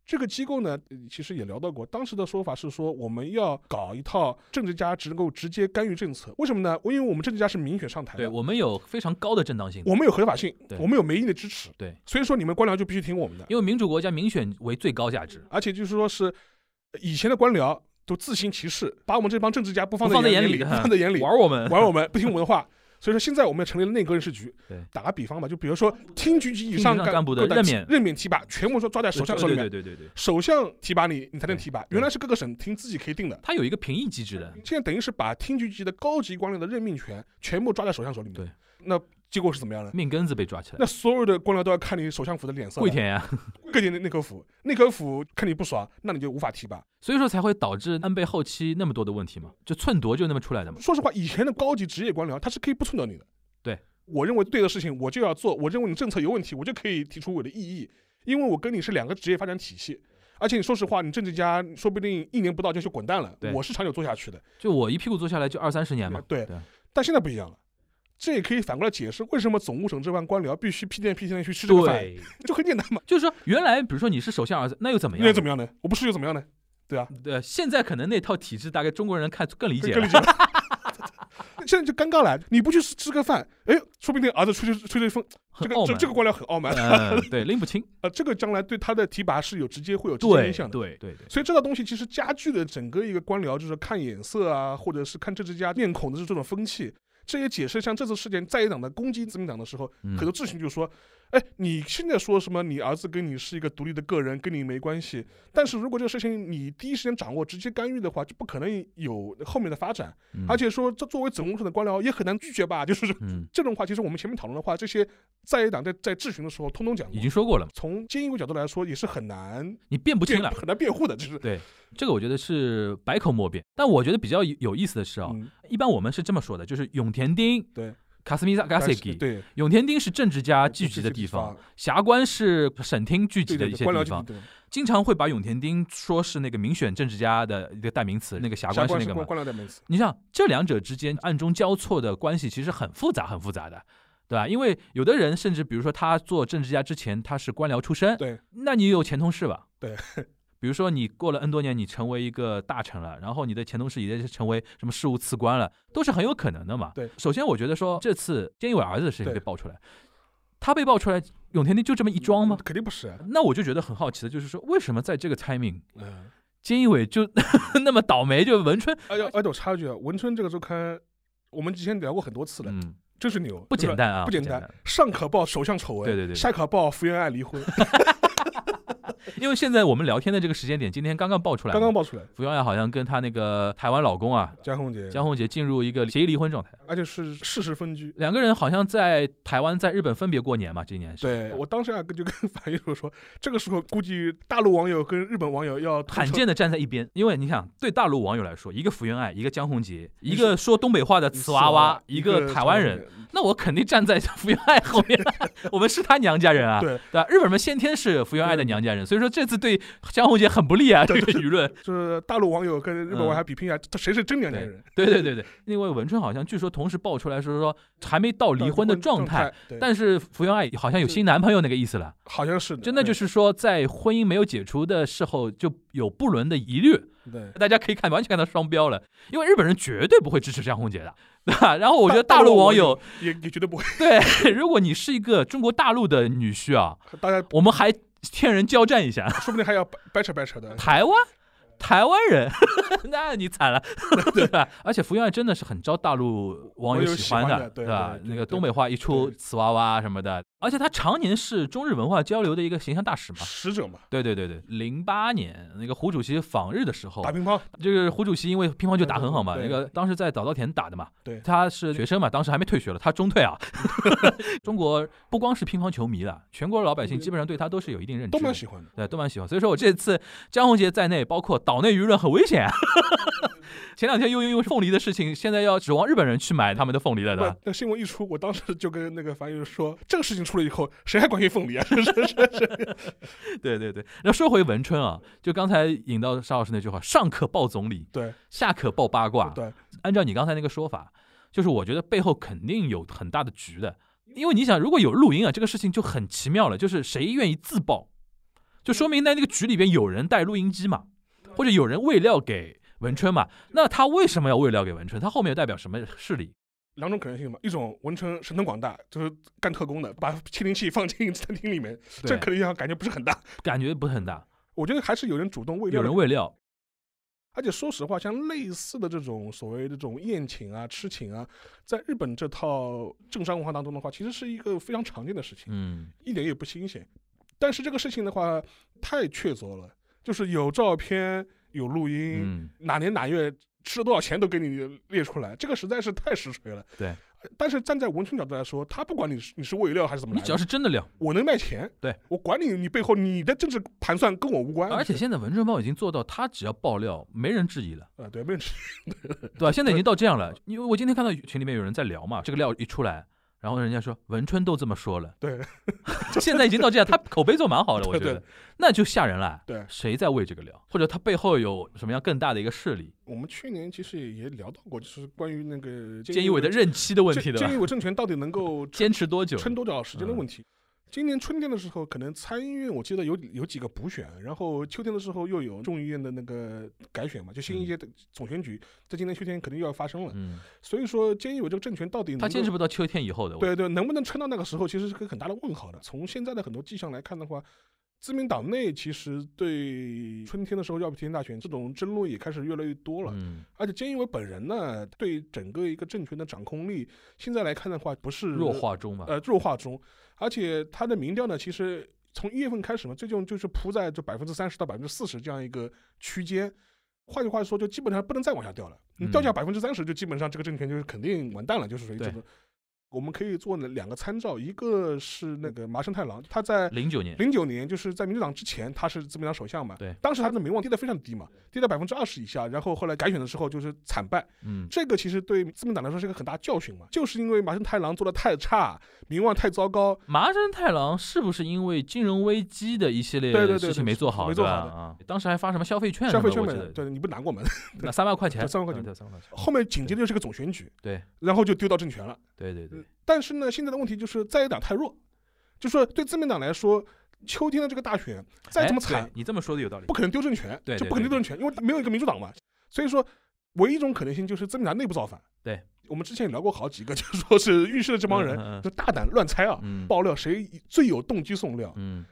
Speaker 2: 这个机构呢，呃其实也聊到过，当时的说法是说，我们要搞一套政治家只能够直接干预政策，为什么呢？因为我们政治家是民选上台
Speaker 3: 对
Speaker 2: 的，
Speaker 3: 我们有非常高的正当性，
Speaker 2: 我们有合法性
Speaker 3: 对，
Speaker 2: 我们有民意的支持，
Speaker 3: 对，
Speaker 2: 所以说你们官僚就必须听我们的。
Speaker 3: 因为民主国家民选为最高价值，
Speaker 2: 而且就是说是呃以前的官僚都自行其事，把我们这帮政治家不放
Speaker 3: 不放在
Speaker 2: 在
Speaker 3: 眼
Speaker 2: 眼
Speaker 3: 里
Speaker 2: 不
Speaker 3: 哈
Speaker 2: 放在眼里，
Speaker 3: 玩我们，
Speaker 2: 玩我们，不听我们的话。所以说现在我们成立了内阁人事局
Speaker 3: 对，
Speaker 2: 打个比方吧，就比如说厅局级以
Speaker 3: 厅局
Speaker 2: 上
Speaker 3: 上干部的
Speaker 2: 各
Speaker 3: 任免
Speaker 2: 任免提拔，全部说抓在首相手里
Speaker 3: 对
Speaker 2: 面
Speaker 3: 对，对对对，
Speaker 2: 首相提拔你，你才能
Speaker 3: 对
Speaker 2: 提拔。
Speaker 3: 对
Speaker 2: 原来是各个省厅自己可以定的，
Speaker 3: 它有一个评议机制的，
Speaker 2: 现在等于是把厅局级的高级官僚的任命权全部抓在首相手里面。
Speaker 3: 对，
Speaker 2: 那结果是怎么样呢？
Speaker 3: 命根子被抓起来
Speaker 2: 那，所有的官僚都要看你首相府的脸色了，
Speaker 3: 跪舔呀，
Speaker 2: 跪舔内阁府，内阁府看你不爽，那你就无法提拔。
Speaker 3: 所以说才会导致安倍后期那么多的问题嘛，就寸夺就那么出来的嘛，
Speaker 2: 说实话，以前的高级职业官僚他是可以不忖道你的。
Speaker 3: 对，
Speaker 2: 我认为对的事情我就要做，我认为你政策有问题，我就可以提出我的异议，因为我跟你是两个职业发展体系。而且你说实话，你政治家说不定一年不到就去滚蛋了
Speaker 3: 对，
Speaker 2: 我是长久做下去的。
Speaker 3: 就我一屁股坐下来就二三十年嘛，
Speaker 2: 对，
Speaker 3: 对
Speaker 2: 但现在不一样了。这也可以反过来解释，为什么总务省这帮官僚必须屁颠屁颠的去吃这个饭，就很简单嘛。
Speaker 3: 就是说，原来比如说你是首相儿子，那又怎么样？
Speaker 2: 那怎么样呢？我不吃又怎么样呢？
Speaker 3: 对，现在可能那套体制大概中国人看更理解
Speaker 2: 更理
Speaker 3: 了。
Speaker 2: 解了。现在就尴尬了，你不去吃吃个饭，哎，说不定儿子吹吹吹吹风，这
Speaker 3: 很
Speaker 2: 个
Speaker 3: 傲
Speaker 2: 这
Speaker 3: 慢，
Speaker 2: 这个官僚很傲慢，
Speaker 3: 嗯，对，拎不清，
Speaker 2: 呃，这个将来对他的提拔是有直接会有直接
Speaker 3: 对
Speaker 2: 影
Speaker 3: 对
Speaker 2: 响的。
Speaker 3: 对对，
Speaker 2: 所以这套东西其实加剧了整个一个官僚就是看眼色啊，或者是看政治家面孔的这种风气。这也解释像这次事件，在野党在攻击自民党的时候，
Speaker 3: 嗯
Speaker 2: 很多质询就说：“哎，你现在说什么？你儿子跟你是一个独立的个人，跟你没关系。但是如果这个事情你第一时间掌握、直接干预的话，就不可能有后面的发展。
Speaker 3: 嗯
Speaker 2: 而且说，这作为总务处的官僚也很难拒绝吧？就是
Speaker 3: 嗯，
Speaker 2: 这种话，其实我们前面讨论的话，这些在野党在在质询的时候通通讲
Speaker 3: 已
Speaker 2: 过。
Speaker 3: 经说过了嘛，
Speaker 2: 从监狱角度来说，也是很难
Speaker 3: 你辩不
Speaker 2: 辩
Speaker 3: 清了。
Speaker 2: 很难辩护的，就是。
Speaker 3: 这个我觉得是百口莫辩。但我觉得比较有有意思的是啊、
Speaker 2: 嗯，
Speaker 3: 一般我们是这么说的，就是永田町
Speaker 2: 对
Speaker 3: 卡斯米萨卡
Speaker 2: 但
Speaker 3: 塞
Speaker 2: 是
Speaker 3: 基，
Speaker 2: 对
Speaker 3: 永田町是政治家聚集的地方，，霞关是省厅聚集
Speaker 2: 对
Speaker 3: 的
Speaker 2: 对
Speaker 3: 一
Speaker 2: 对
Speaker 3: 些
Speaker 2: 官僚
Speaker 3: 地
Speaker 2: 集体
Speaker 3: 方，
Speaker 2: 对
Speaker 3: 经常会把永田町说是那个民选政治家的一个代名词，那个霞
Speaker 2: 下
Speaker 3: 关是那个嘛
Speaker 2: 官。官僚的名词。
Speaker 3: 你想这两者之间暗中交错的关系，其实很复杂，很复杂的，对吧？因为有的人甚至比如说他做政治家之前他是官僚出身，
Speaker 2: 对，
Speaker 3: 那你有前同事吧？
Speaker 2: 对。
Speaker 3: 比如说，你过了 N 多年，你成为一个大臣了，然后你的前同事也成为什么事务次官了，都是很有可能的嘛。
Speaker 2: 对
Speaker 3: 首先我觉得说这次菅义伟儿子的事情
Speaker 2: 对
Speaker 3: 被爆出来，他被爆出来，永田町就这么一桩吗？
Speaker 2: 肯定不是啊。
Speaker 3: 那我就觉得很好奇的，就是说为什么在这个 timing，
Speaker 2: 嗯，
Speaker 3: 菅义伟就 那么倒霉，就文春，
Speaker 2: 哎呦，哎，我插一句，啊，《文春》这个周刊，我们之前聊过很多次了，
Speaker 3: 嗯，
Speaker 2: 真是牛，
Speaker 3: 不
Speaker 2: 就是
Speaker 3: 简单啊，
Speaker 2: 不
Speaker 3: 不
Speaker 2: 简单，上可报首相丑闻，
Speaker 3: 对对对对嗯
Speaker 2: 下可报福原爱离婚，
Speaker 3: 因为现在我们聊天的这个时间点，今天刚刚爆出来嘛，
Speaker 2: 刚刚爆出来，
Speaker 3: 福原爱好像跟她那个台湾老公啊
Speaker 2: 江宏杰，
Speaker 3: 江宏杰进入一个协议离婚状态，
Speaker 2: 而且是事实分居。
Speaker 3: 两个人好像在台湾、在日本分别过年嘛，今年是
Speaker 2: 对我当时啊，就跟 樊一茹说，这个时候估计大陆网友跟日本网友要同仇
Speaker 3: 罕见的站在一边，因为你想，对大陆网友来说，一个福原爱，一个江宏杰，一个说东北话的瓷娃娃，一个台湾人，，那我肯定站在福原爱后 面了。我们是他娘家人啊，
Speaker 2: 对
Speaker 3: 吧？日本人先天是福原爱的娘家人，所以说这次对江宏杰很不利啊，这
Speaker 2: 对
Speaker 3: 个舆论。
Speaker 2: 就是大陆网友跟日本
Speaker 3: 嗯
Speaker 2: 网友还比拼一下，这谁是真娘家
Speaker 3: 对
Speaker 2: 人？
Speaker 3: 对对对对，因为文春好像据说同时爆出来说说还没到离婚的状态，，
Speaker 2: 对
Speaker 3: 但是福原爱好像有新男朋友那个意思了。
Speaker 2: 好像是的，
Speaker 3: 真的就是说，在婚姻没有解除的时候就有不伦的疑虑，
Speaker 2: 对对。
Speaker 3: 大家可以看完全看到双标了，因为日本人绝对不会支持江宏杰的，对吧？然后我觉得大陆网友，
Speaker 2: 也也绝对不会，
Speaker 3: 对， 如果你是一个中国大陆的女婿啊，
Speaker 2: 大家
Speaker 3: 我们还天人交战一下，
Speaker 2: 说不定还要掰掰扯掰扯的。
Speaker 3: 台湾。台湾 人，那你惨了，对吧？而且福原爱真的是很招大陆网友喜欢
Speaker 2: 网友喜欢的对
Speaker 3: 吧
Speaker 2: 对？对
Speaker 3: 那个
Speaker 2: 对
Speaker 3: 东北话一出，
Speaker 2: 对
Speaker 3: 瓷娃娃什么的，而且她常年是中日文化交流的一个形象大使嘛。
Speaker 2: 使者嘛，
Speaker 3: 对对对对，零八年那个胡主席访日的时候
Speaker 2: 打，乒乓，
Speaker 3: 就是胡主席因为乒乓球打很好嘛，
Speaker 2: 对
Speaker 3: 那
Speaker 2: 对
Speaker 3: 个当时在早稻田打的嘛，
Speaker 2: 对
Speaker 3: 他是学生嘛，当时还没退学了，他中 退啊。中国不光是乒乓球迷了，全国老百姓基本上对他都是有一定认知
Speaker 2: 都
Speaker 3: 的，
Speaker 2: 蛮喜欢的。
Speaker 3: 对，都蛮喜欢。所以说我这次江宏杰在内，包括岛内舆论很危险、啊。 前两天又因为凤梨的事情，现在要指望日本人去买他们的凤梨了的
Speaker 2: 不，。那新闻一出，我当时就跟那个樊宇说，这个事情出了以后，谁还关心凤梨啊？ 是是是
Speaker 3: 对对对。那说回文春啊，就刚才引到沙老师那句话：上可报总理，
Speaker 2: 对
Speaker 3: 下可报八卦。
Speaker 2: 对，
Speaker 3: 按照你刚才那个说法，就是我觉得背后肯定有很大的局的，因为你想，如果有录音啊，这个事情就很奇妙了，就是谁愿意自曝，就说明在那个局里边有人带录音机嘛，或者有人喂料给文春嘛，那他为什么要喂料给文春？他后面又代表什么势力？
Speaker 2: 两种可能性嘛，一种文成神通广大，就是干特工的，把窃听器放进餐厅里面，这
Speaker 3: 对
Speaker 2: 可能性感觉不是很大。
Speaker 3: 感觉不是很大，
Speaker 2: 我觉得还是有人主动喂料
Speaker 3: 有
Speaker 2: 的
Speaker 3: 人喂料，
Speaker 2: 而且说实话，像类似的这种所谓的这种宴请啊、吃请啊，在日本这套政商文化当中的话，其实是一个非常常见的事情。
Speaker 3: 嗯，
Speaker 2: 一点也不新鲜。但是这个事情的话，太确凿了，就是有照片、有录音，
Speaker 3: 嗯，
Speaker 2: 哪年哪月吃了多少钱都给你列出来，这个实在是太实锤了。
Speaker 3: 对
Speaker 2: 呃。但是站在文春角度来说，他不管你是你是喂料还是怎么
Speaker 3: 你
Speaker 2: 来
Speaker 3: 只要
Speaker 2: 的，
Speaker 3: 是真的料，
Speaker 2: 我能卖钱，
Speaker 3: 对
Speaker 2: 我管你，你背后你的政治盘算跟我无关。
Speaker 3: 而且
Speaker 2: 就是
Speaker 3: 现在文春报已经做到，他只要爆料，没人质疑了。
Speaker 2: 呃，对，没人吃
Speaker 3: 对吧？现在已经到这样
Speaker 2: 呃
Speaker 3: 了，因为我今天看到群里面有人在聊嘛，这个料一出来，然后人家说文春都这么说了，
Speaker 2: 对，
Speaker 3: 现在已经到这样，他口碑做蛮好的，我觉
Speaker 2: 对
Speaker 3: 得
Speaker 2: 对，
Speaker 3: 那就吓人了。啊
Speaker 2: 对
Speaker 3: 谁在喂这个料，或者他背后有什么样更大的一个势力？
Speaker 2: 我们去年其实也也聊到过，就是关于那个
Speaker 3: 菅义伟的任期的问题，对
Speaker 2: 菅
Speaker 3: 吧
Speaker 2: 义？伟政权到底能够
Speaker 3: 坚嗯持多久？
Speaker 2: 撑多少时间的问题。今年春天的时候，可能参议院我记得有有几个补选，然后秋天的时候又有众议院的那个改选嘛，就新一届的总选举，在今年秋天肯定又要发生了。
Speaker 3: 嗯，
Speaker 2: 所以说，菅义伟这个政权到底能
Speaker 3: 他
Speaker 2: 够
Speaker 3: 坚持不到秋天以后的。我
Speaker 2: 对对，能不能撑到那个时候，其实是个很大的问号的。从现在的很多迹象来看的话，自民党内其实对春天的时候要不提前大选这种争论也开始越来越多了。
Speaker 3: 嗯，
Speaker 2: 而且菅义伟本人呢，对整个一个政权的掌控力，现在来看的话，不是
Speaker 3: 弱化中嘛，
Speaker 2: 呃弱化中，而且他的民调呢，其实从一月份开始嘛，最终就是扑在这百分之三十到百分之四十这样一个区间。换句话说，就基本上不能再往下掉了。你掉下
Speaker 3: 嗯
Speaker 2: 百分之三十，就基本上这个政权就是肯定完蛋了，就是属于这
Speaker 3: 对
Speaker 2: 种。我们可以做呢两个参照，一个是那个麻生太郎，他在
Speaker 3: 零九年，
Speaker 2: 零九年就是在民主党之前，他是自民党首相嘛，
Speaker 3: 对
Speaker 2: 当时他的民望跌得非常低嘛，跌到百分之二十以下，然后后来改选的时候就是惨败，
Speaker 3: 嗯，
Speaker 2: 这个其实对自民党来说是一个很大教训嘛，就是因为麻生太郎做的太差，民望太糟糕，
Speaker 3: 麻生太郎是不是因为金融危机的一系列
Speaker 2: 对对对对
Speaker 3: 事情没做好，
Speaker 2: 没做
Speaker 3: 对
Speaker 2: 好
Speaker 3: 吧啊？当时还发什么消费券什
Speaker 2: 消
Speaker 3: 么的，
Speaker 2: 费券
Speaker 3: 我
Speaker 2: 没
Speaker 3: 记
Speaker 2: 了，
Speaker 3: 得哦
Speaker 2: 对，你不拿过吗？
Speaker 3: 那三万块钱，啊
Speaker 2: 对3万块钱哦
Speaker 3: 对，三万块钱，
Speaker 2: 后面紧接着就是个总选举，
Speaker 3: 对
Speaker 2: 然后就丢到政权了。
Speaker 3: 对对对，
Speaker 2: 但是呢，现在的问题就是在野党太弱，就说对自民党来说，秋天的这个大选再怎么
Speaker 3: 哎
Speaker 2: 惨
Speaker 3: 对，你这么说的有道理
Speaker 2: 不，可能丢政权，
Speaker 3: 对
Speaker 2: 就
Speaker 3: 对
Speaker 2: 不可能丢
Speaker 3: 对
Speaker 2: 政权，因为没有一个民主党嘛。所以说，唯一一种可能性就是自民党内部造反。
Speaker 3: 对，
Speaker 2: 我们之前也聊过好几个， 就是说是预示了这帮人、
Speaker 3: 嗯嗯嗯
Speaker 2: 就大胆乱猜啊，
Speaker 3: 嗯
Speaker 2: 爆料谁最有动机送料。
Speaker 3: 嗯，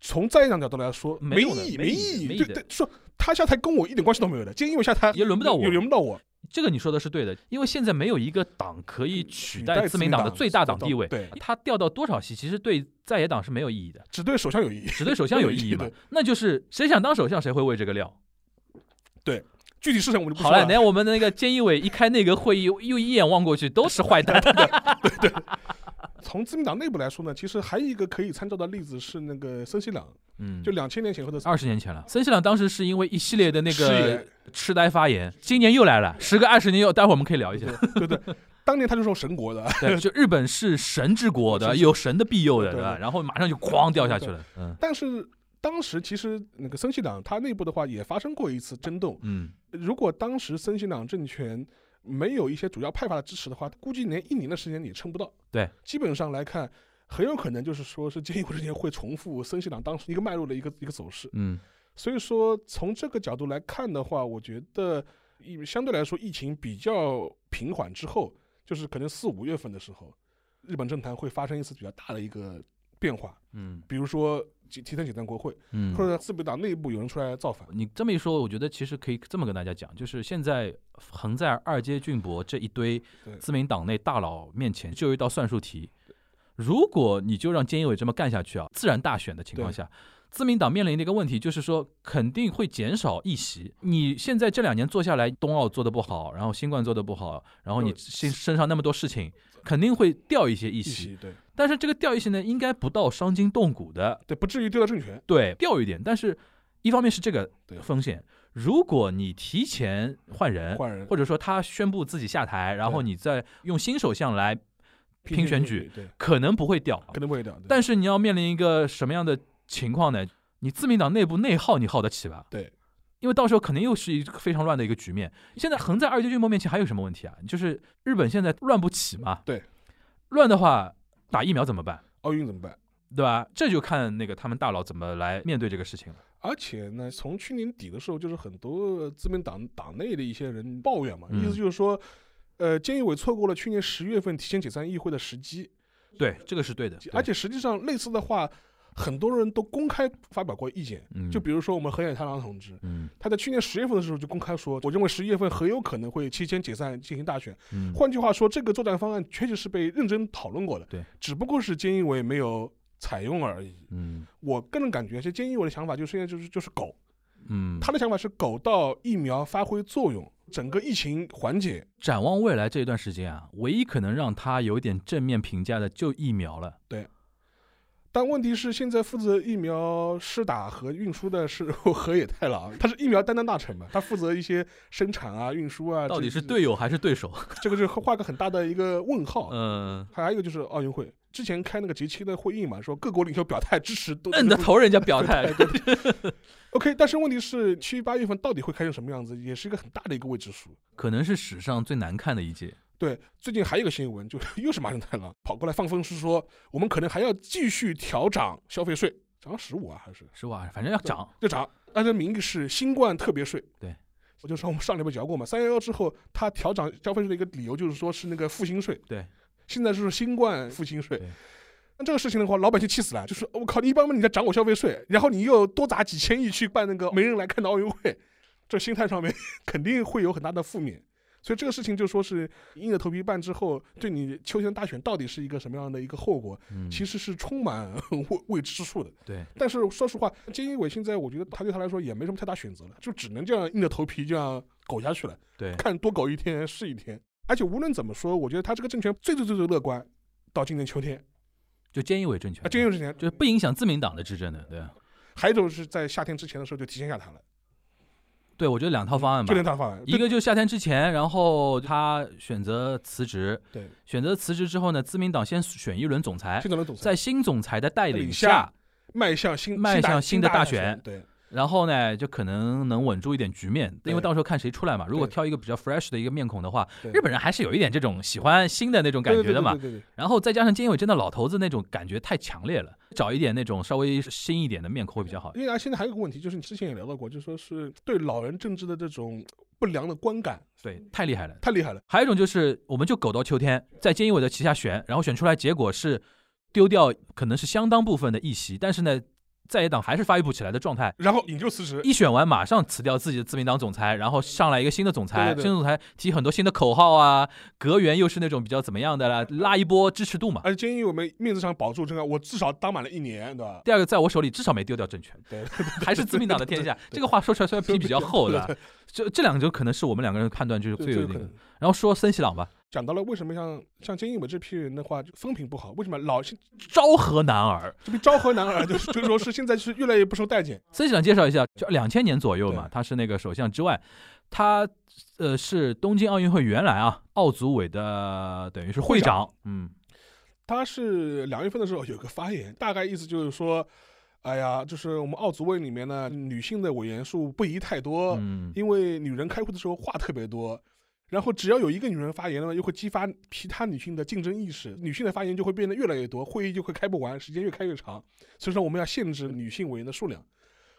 Speaker 2: 从在野党角度来说，
Speaker 3: 没有的
Speaker 2: 意义，
Speaker 3: 没
Speaker 2: 没
Speaker 3: 意义没
Speaker 2: 义。对
Speaker 3: 意义
Speaker 2: 对，说他下台跟我一点关系都没有的，今天因为下台
Speaker 3: 也轮不到我
Speaker 2: 也轮不到我
Speaker 3: 这个你说的是对的，因为现在没有一个党可以取代
Speaker 2: 自
Speaker 3: 自民党的最大党
Speaker 2: 党
Speaker 3: 地位，
Speaker 2: 对，
Speaker 3: 他掉到多少席，其实对在野党是没有意义的，
Speaker 2: 只对首相有意义。
Speaker 3: 只对首相有意义嘛
Speaker 2: 对。
Speaker 3: 那就是谁想当首相，谁会喂这个料。
Speaker 2: 具体事情我们就不
Speaker 3: 好
Speaker 2: 说
Speaker 3: 了，等下我们的那个菅义伟一开内阁会议，又一眼望过去都是 坏蛋。
Speaker 2: 从自民党内部来说呢，其实还有一个可以参照的例子是那个森西朗，
Speaker 3: 嗯，
Speaker 2: 就两千年前后的
Speaker 3: 二十年前了。森西朗当时是因为一系列的那
Speaker 2: 誓言
Speaker 3: 个痴呆发言，今年又来了，时隔二十年又，待会儿我们可以聊一下。
Speaker 2: 对对 对，当年他就说神国的，
Speaker 3: 对，就日本是神之国
Speaker 2: 是
Speaker 3: 的，
Speaker 2: 是
Speaker 3: 有神的庇佑的，
Speaker 2: 对
Speaker 3: 对吧？
Speaker 2: 对
Speaker 3: 然后马上就哐掉下去了。嗯
Speaker 2: 但是当时其实那个森西党他内部的话也发生过一次争斗，
Speaker 3: 嗯，
Speaker 2: 如果当时森西党政权没有一些主要派阀的支持的话，估计连一年的时间也撑不到。
Speaker 3: 对，
Speaker 2: 基本上来看。很有可能就是说，是建议国之前会重复森西党当时一个脉络的一个一个走势，
Speaker 3: 嗯
Speaker 2: 所以说从这个角度来看的话，我觉得疫相对来说疫情比较平缓之后，就是可能四五月份的时候，日本政坛会发生一次比较大的一个变化，
Speaker 3: 嗯
Speaker 2: 比如说提提前解散国会，
Speaker 3: 嗯，
Speaker 2: 或者自民党内部有人出来造反，
Speaker 3: 你这么一说，我觉得其实可以这么跟大家讲，就是现在横在二阶俊博这一堆
Speaker 2: 对
Speaker 3: 自民党内大佬面前，就有一道算术题。如果你就让菅义伟这么干下去啊，自然大选的情况
Speaker 2: 对
Speaker 3: 下，自民党面临的一个问题就是说，肯定会减少议席。你现在这两年做下来，冬奥做的不好，然后新冠做的不好，然后你
Speaker 2: 对
Speaker 3: 身身上那么多事情，肯定会掉一些议
Speaker 2: 一
Speaker 3: 席。
Speaker 2: 起对
Speaker 3: 但是这个掉议席呢，应该不到伤筋动骨的，
Speaker 2: 对，不至于丢掉政权，
Speaker 3: 对掉一点，但是一方面是这个
Speaker 2: 对
Speaker 3: 风险，如果你提前换人，
Speaker 2: 换人
Speaker 3: 或者说他宣布自己下台，然后
Speaker 2: 对
Speaker 3: 你再用新首相来，拼选举
Speaker 2: 对，
Speaker 3: 可能不会掉。
Speaker 2: 可能不会掉，对
Speaker 3: 但是你要面临一个什么样的情况呢？你自民党内部内耗，你耗得起吧？
Speaker 2: 对，
Speaker 3: 因为到时候肯定又是一个非常乱的一个局面。现在横在二阶俊博面前还有什么问题啊？就是日本现在乱不起嘛。
Speaker 2: 对，
Speaker 3: 乱的话打疫苗怎么办？
Speaker 2: 奥运怎么办？
Speaker 3: 对吧？这就看那个他们大佬怎么来面对这个事情了。
Speaker 2: 而且呢，从去年底的时候，就是很多自民党党内的一些人抱怨嘛，
Speaker 3: 嗯
Speaker 2: 意思就是说，呃，菅义伟错过了去年十月份提前解散议会的时机，
Speaker 3: 对，这个是对的。对
Speaker 2: 而且实际上类似的话，很多人都公开发表过意见。
Speaker 3: 嗯，
Speaker 2: 就比如说我们河野太郎同志，
Speaker 3: 嗯
Speaker 2: 他在去年十月份的时候就公开说，我认为十一月份很有可能会期间解散进行大选。
Speaker 3: 嗯
Speaker 2: 换句话说，这个作战方案确实是被认真讨论过的，
Speaker 3: 对，
Speaker 2: 只不过是菅义伟没有采用而已。
Speaker 3: 嗯
Speaker 2: 我个人感觉，其实菅义伟的想法就是现在就是就是狗，
Speaker 3: 嗯，
Speaker 2: 他的想法是狗到疫苗发挥作用，整个疫情缓解。
Speaker 3: 展望未来这一段时间啊，唯一可能让他有一点正面评价的就疫苗了。
Speaker 2: 但问题是，现在负责疫苗施打和运输的是 河野太郎，他是疫苗担当大臣嘛，他负责一些生产啊、运输啊。
Speaker 3: 到底是
Speaker 2: 这
Speaker 3: 队友还是对手？
Speaker 2: 这个就画个很大的一个问号。
Speaker 3: 嗯，
Speaker 2: 还有一个就是奥运会之前开那个 G 七的会议嘛，说各国领袖表态支持都
Speaker 3: 摁着头人家表态。
Speaker 2: OK，但是问题是七八月份到底会开成什么样子，也是一个很大的一个未知数。
Speaker 3: 可能是史上最难看的一届。
Speaker 2: 对，最近还有一个新闻，就是 又是麻生太郎跑过来放风，是说我们可能还要继续调涨消费税，涨十五啊，还是
Speaker 3: 是吧？反正要涨，
Speaker 2: 就涨？按照名义是新冠特别税。
Speaker 3: 对，
Speaker 2: 我就说我们上礼拜聊过嘛，三幺幺之后，他调涨消费税的一个理由就是说是那个复兴税。
Speaker 3: 对，
Speaker 2: 现在是新冠复兴税
Speaker 3: 对。
Speaker 2: 那这个事情的话，老百姓气死了，就是哦我靠，你一帮你在涨我消费税，然后你又多砸几千亿去办那个没人来看的奥运会， 这心态上面 肯定会有很大的负面。所以这个事情就说是硬着头皮办之后，对你秋天大选到底是一个什么样的一个后果，
Speaker 3: 嗯，
Speaker 2: 其实是充满 未未知之数的。
Speaker 3: 对，
Speaker 2: 但是说实话，菅义伟现在我觉得他对他来说也没什么太大选择了，就只能这样硬着头皮这样苟下去了。
Speaker 3: 对
Speaker 2: 看多苟一天是一天。而且无论怎么说，我觉得他这个政权最最最最乐观，到今年秋天
Speaker 3: 就菅义伟政权，
Speaker 2: 啊，这就是之前，
Speaker 3: 就是不影响自民党的执政的，对吧
Speaker 2: 还有一种是在夏天之前的时候就提前下台了，
Speaker 3: 对，我觉得两套方案吧
Speaker 2: 就，连他法案，
Speaker 3: 嗯一
Speaker 2: 对
Speaker 3: 个就是夏天之前，然后他选择辞职，
Speaker 2: 对，
Speaker 3: 选择辞职之后呢，自民党先选一轮总裁
Speaker 2: 新，总的总裁
Speaker 3: 哎在新总裁的带领
Speaker 2: 带
Speaker 3: 下
Speaker 2: 领，迈向新
Speaker 3: 迈向
Speaker 2: 新
Speaker 3: 新的
Speaker 2: 大
Speaker 3: 大
Speaker 2: 选
Speaker 3: 选，
Speaker 2: 对
Speaker 3: 然后呢，就可能能稳住一点局面，
Speaker 2: 对
Speaker 3: 因为到时候看谁出来嘛。如果挑一个比较 fresh 的一个面孔的话，
Speaker 2: 对
Speaker 3: 日本人还是有一点这种喜欢新的那种感觉的嘛。
Speaker 2: 对对对对对对
Speaker 3: 然后再加上菅义伟真的老头子那种感觉太强烈了，找一点那种稍微新一点的面孔会比较好。
Speaker 2: 因为啊，现在还有一个问题，就是你之前也聊到过，就是说是对老人政治的这种不良的观感
Speaker 3: 对，太厉害了。
Speaker 2: 太厉害了，
Speaker 3: 还有一种就是，我们就苟到秋天，在菅义伟的旗下选，然后选出来结果是丢掉可能是相当部分的议席，但是呢，在野党还是发育不起来的状态。
Speaker 2: 然后引咎辞职，
Speaker 3: 一选完马上辞掉自己的自民党总裁，然后上来一个新的总裁，
Speaker 2: 对对对
Speaker 3: 新总裁提很多新的口号啊，阁员又是那种比较怎么样的啦，拉一波支持度嘛。
Speaker 2: 而且建议我们面子上保住这个，我至少当满了一年，对吧？
Speaker 3: 第二个，在我手里至少没丢掉政权，
Speaker 2: 对
Speaker 3: 还是自民党的天下。这个话说出来虽然皮比较厚的，这这两种可能是我们两个人判断就是
Speaker 2: 对
Speaker 3: 最有
Speaker 2: 这
Speaker 3: 那
Speaker 2: 个可
Speaker 3: 个
Speaker 2: 能。
Speaker 3: 然后说森喜朗吧，
Speaker 2: 讲到了为什么像像菅义伟这批人的话，就风评不好，为什么老这
Speaker 3: 昭和男儿，
Speaker 2: 不昭和男儿， 就是就是说是现在是越来越不受待见，
Speaker 3: 森喜朗介绍一下，就两千年左右
Speaker 2: 对，
Speaker 3: 嘛他是那个首相之外，他呃是东京奥运会原来啊奥组委的等于是
Speaker 2: 会
Speaker 3: 会
Speaker 2: 长
Speaker 3: 长，嗯，
Speaker 2: 他是两月份的时候有个发言，大概意思就是说，哎呀，就是我们奥组委里面呢，女性的委员数不宜太多，
Speaker 3: 嗯，
Speaker 2: 因为女人开会的时候话特别多。然后只要有一个女人发言了，又会激发其他女性的竞争意识，女性的发言就会变得越来越多，会议就会开不完，时间越开越长。所以说我们要限制女性委员的数量。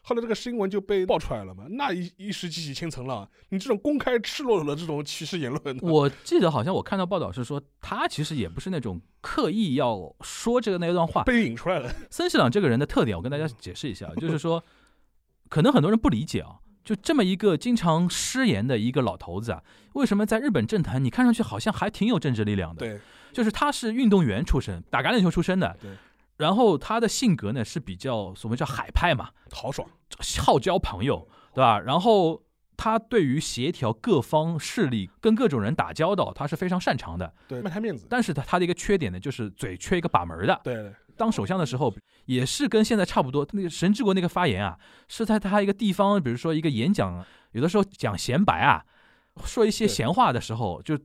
Speaker 2: 后来这个新闻就被爆出来了嘛，那一一石激起千层浪，你这种公开赤裸裸的这种歧视言论，
Speaker 3: 我记得好像我看到报道是说，他其实也不是那种刻意要说这个那段话。
Speaker 2: 被引出来了。
Speaker 3: 森喜朗这个人的特点，我跟大家解释一下，啊就是说，可能很多人不理解啊，就这么一个经常失言的一个老头子啊，为什么在日本政坛你看上去好像还挺有政治力量的？
Speaker 2: 对，
Speaker 3: 就是他是运动员出身，打橄榄球出身的。
Speaker 2: 对。
Speaker 3: 然后他的性格呢是比较所谓叫海派嘛，
Speaker 2: 豪爽，
Speaker 3: 好交朋友，对吧？然后他对于协调各方势力、跟各种人打交道，他是非常擅长的。
Speaker 2: 对，卖他面子，
Speaker 3: 但是他他的一个缺点呢，就是嘴缺一个把门儿的。
Speaker 2: 对对
Speaker 3: 当首相的时候，也是跟现在差不多。那个神之国那个发言啊，是在他一个地方，比如说一个演讲，有的时候讲闲白啊，说一些
Speaker 2: 对
Speaker 3: 闲话的时候，就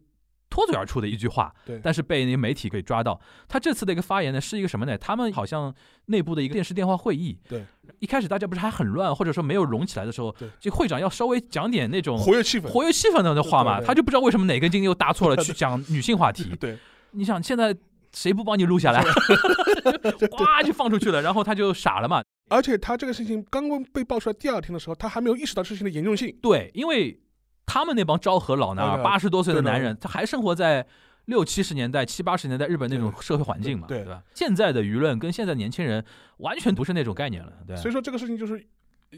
Speaker 3: 脱嘴而出的一句话
Speaker 2: 对，
Speaker 3: 但是被那个媒体给抓到。他这次的一个发言呢，是一个什么呢？他们好像内部的一个电视电话会议，
Speaker 2: 对，
Speaker 3: 一开始大家不是还很乱，或者说没有拢起来的时候
Speaker 2: 对，
Speaker 3: 这会长要稍微讲点那种
Speaker 2: 活跃气氛，
Speaker 3: 活跃气氛的话嘛，
Speaker 2: 对对对。
Speaker 3: 他就不知道为什么哪根筋又搭错了，去讲女性话题
Speaker 2: 对，
Speaker 3: 你想现在谁不帮你录 下来，哇就放出去了，然后他就傻了嘛。
Speaker 2: 而且他这个事情刚刚被爆出来第二天的时候，他还没有意识到事情的严重性，
Speaker 3: 对，因为他们那帮昭和老男
Speaker 2: 对
Speaker 3: 儿，
Speaker 2: 的
Speaker 3: 八十多岁的
Speaker 2: 对的
Speaker 3: 男人，他还生活在。六七十年代、七八十年代日本那种
Speaker 2: 对
Speaker 3: 社会环境嘛，
Speaker 2: 对对
Speaker 3: 吧？现在的舆论跟现在年轻人完全不是那种概念了，对。
Speaker 2: 所以说这个事情就是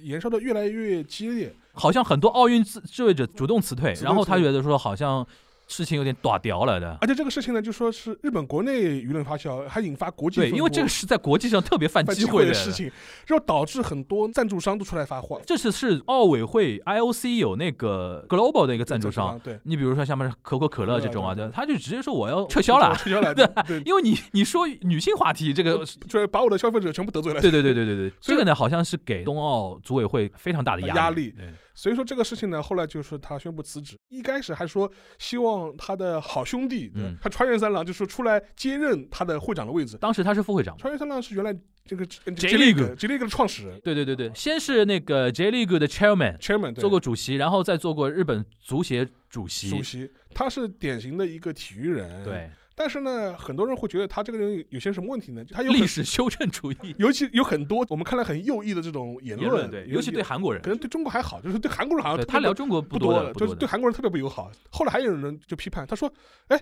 Speaker 2: 燃烧的越来越激烈。
Speaker 3: 好像很多奥运自志愿者主动辞退，
Speaker 2: 主动
Speaker 3: 然后他
Speaker 2: 辞退
Speaker 3: 觉得说好像事情有点打掉了的。
Speaker 2: 而且这个事情呢，就说是日本国内舆论发酵，还引发国际
Speaker 3: 对，
Speaker 2: 风
Speaker 3: 因为这
Speaker 2: 波
Speaker 3: 个是在国际上特别犯
Speaker 2: 犯
Speaker 3: 忌
Speaker 2: 忌
Speaker 3: 讳
Speaker 2: 讳的事。情，然后导致很多赞助商都出来发话，
Speaker 3: 这次是奥委会 IOC 有那个 global 的一个赞助商，
Speaker 2: 对
Speaker 3: 你比如说像什么可口可乐这种啊，
Speaker 2: 可乐
Speaker 3: 对，
Speaker 2: 对
Speaker 3: 他就直接说我要撤销了，
Speaker 2: 撤销 了，对对，
Speaker 3: 因为你你说女性话题这个，
Speaker 2: 就是把我的消费者全部得罪了。
Speaker 3: 对对对对对对，
Speaker 2: 所以
Speaker 3: 这个呢好像是给冬奥组委会非常大的压
Speaker 2: 压力
Speaker 3: 对
Speaker 2: 所以说这个事情呢，后来就是他宣布辞职，一开始还说希望他的好兄弟，对吧
Speaker 3: 嗯
Speaker 2: 他川原三郎就是出来接任他的会长的位置。
Speaker 3: 当时他是副会长嘛，
Speaker 2: 川原三郎是原来这个 J
Speaker 3: J League
Speaker 2: J League 的创始人
Speaker 3: 对对对对，先是那个 J League 的 Chairman
Speaker 2: Chairman，对
Speaker 3: 做过主席，然后再做过日本足协主
Speaker 2: 主席，他是典型的一个体育人，。
Speaker 3: 对，
Speaker 2: 但是呢，很多人会觉得他这个人有些什么问题呢？就他有很
Speaker 3: 历史修正主义
Speaker 2: 尤其有很多我们看来很右翼的这种言
Speaker 3: 言论，对，
Speaker 2: 有
Speaker 3: 尤其对韩国人
Speaker 2: 可，能对中国还好，就是对韩国人好像
Speaker 3: 对
Speaker 2: 特别
Speaker 3: 他聊中国
Speaker 2: 不
Speaker 3: 不
Speaker 2: 多
Speaker 3: 的，不
Speaker 2: 就是
Speaker 3: 多
Speaker 2: 对
Speaker 3: 的，
Speaker 2: 韩国人特别不友好。后来还有人就批判，他说：“哎，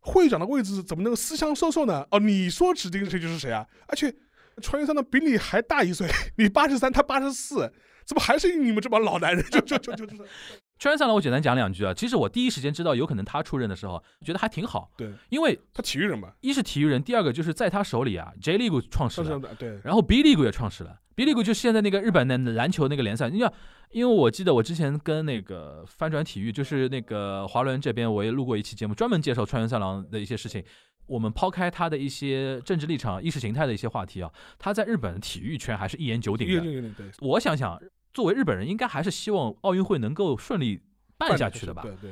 Speaker 2: 会长的位置怎么能私相授受呢？哦，你说指定谁就是谁啊！而且川原三呢比你还大一岁， 你八十三，他八十四，怎么还是你们这帮老男人？ 就就就就就
Speaker 3: 川原上来，我简单讲两句啊。其实我第一时间知道有可能他出任的时候，觉得还挺好，
Speaker 2: 对，
Speaker 3: 因为
Speaker 2: 他体育人嘛，
Speaker 3: 一是体育人，第二个就是在他手里啊，J League 创始
Speaker 2: 上
Speaker 3: 了，
Speaker 2: 上的对，
Speaker 3: 然后 B League 也创始了，B League 就是现在那个日本的篮球那个联赛。你要，因为我记得我之前跟那个翻转体育，就是那个华伦这边，我也录过一期节目，专门介绍川原三郎的一些事情。我们抛开他的一些政治立场、意识形态的一些话题啊，他在日本体育圈还是一言九鼎
Speaker 2: 有
Speaker 3: 的。
Speaker 2: 点有点对，
Speaker 3: 我想想，作为日本人，应该还是希望奥运会能够顺利办下去的吧？
Speaker 2: 对对，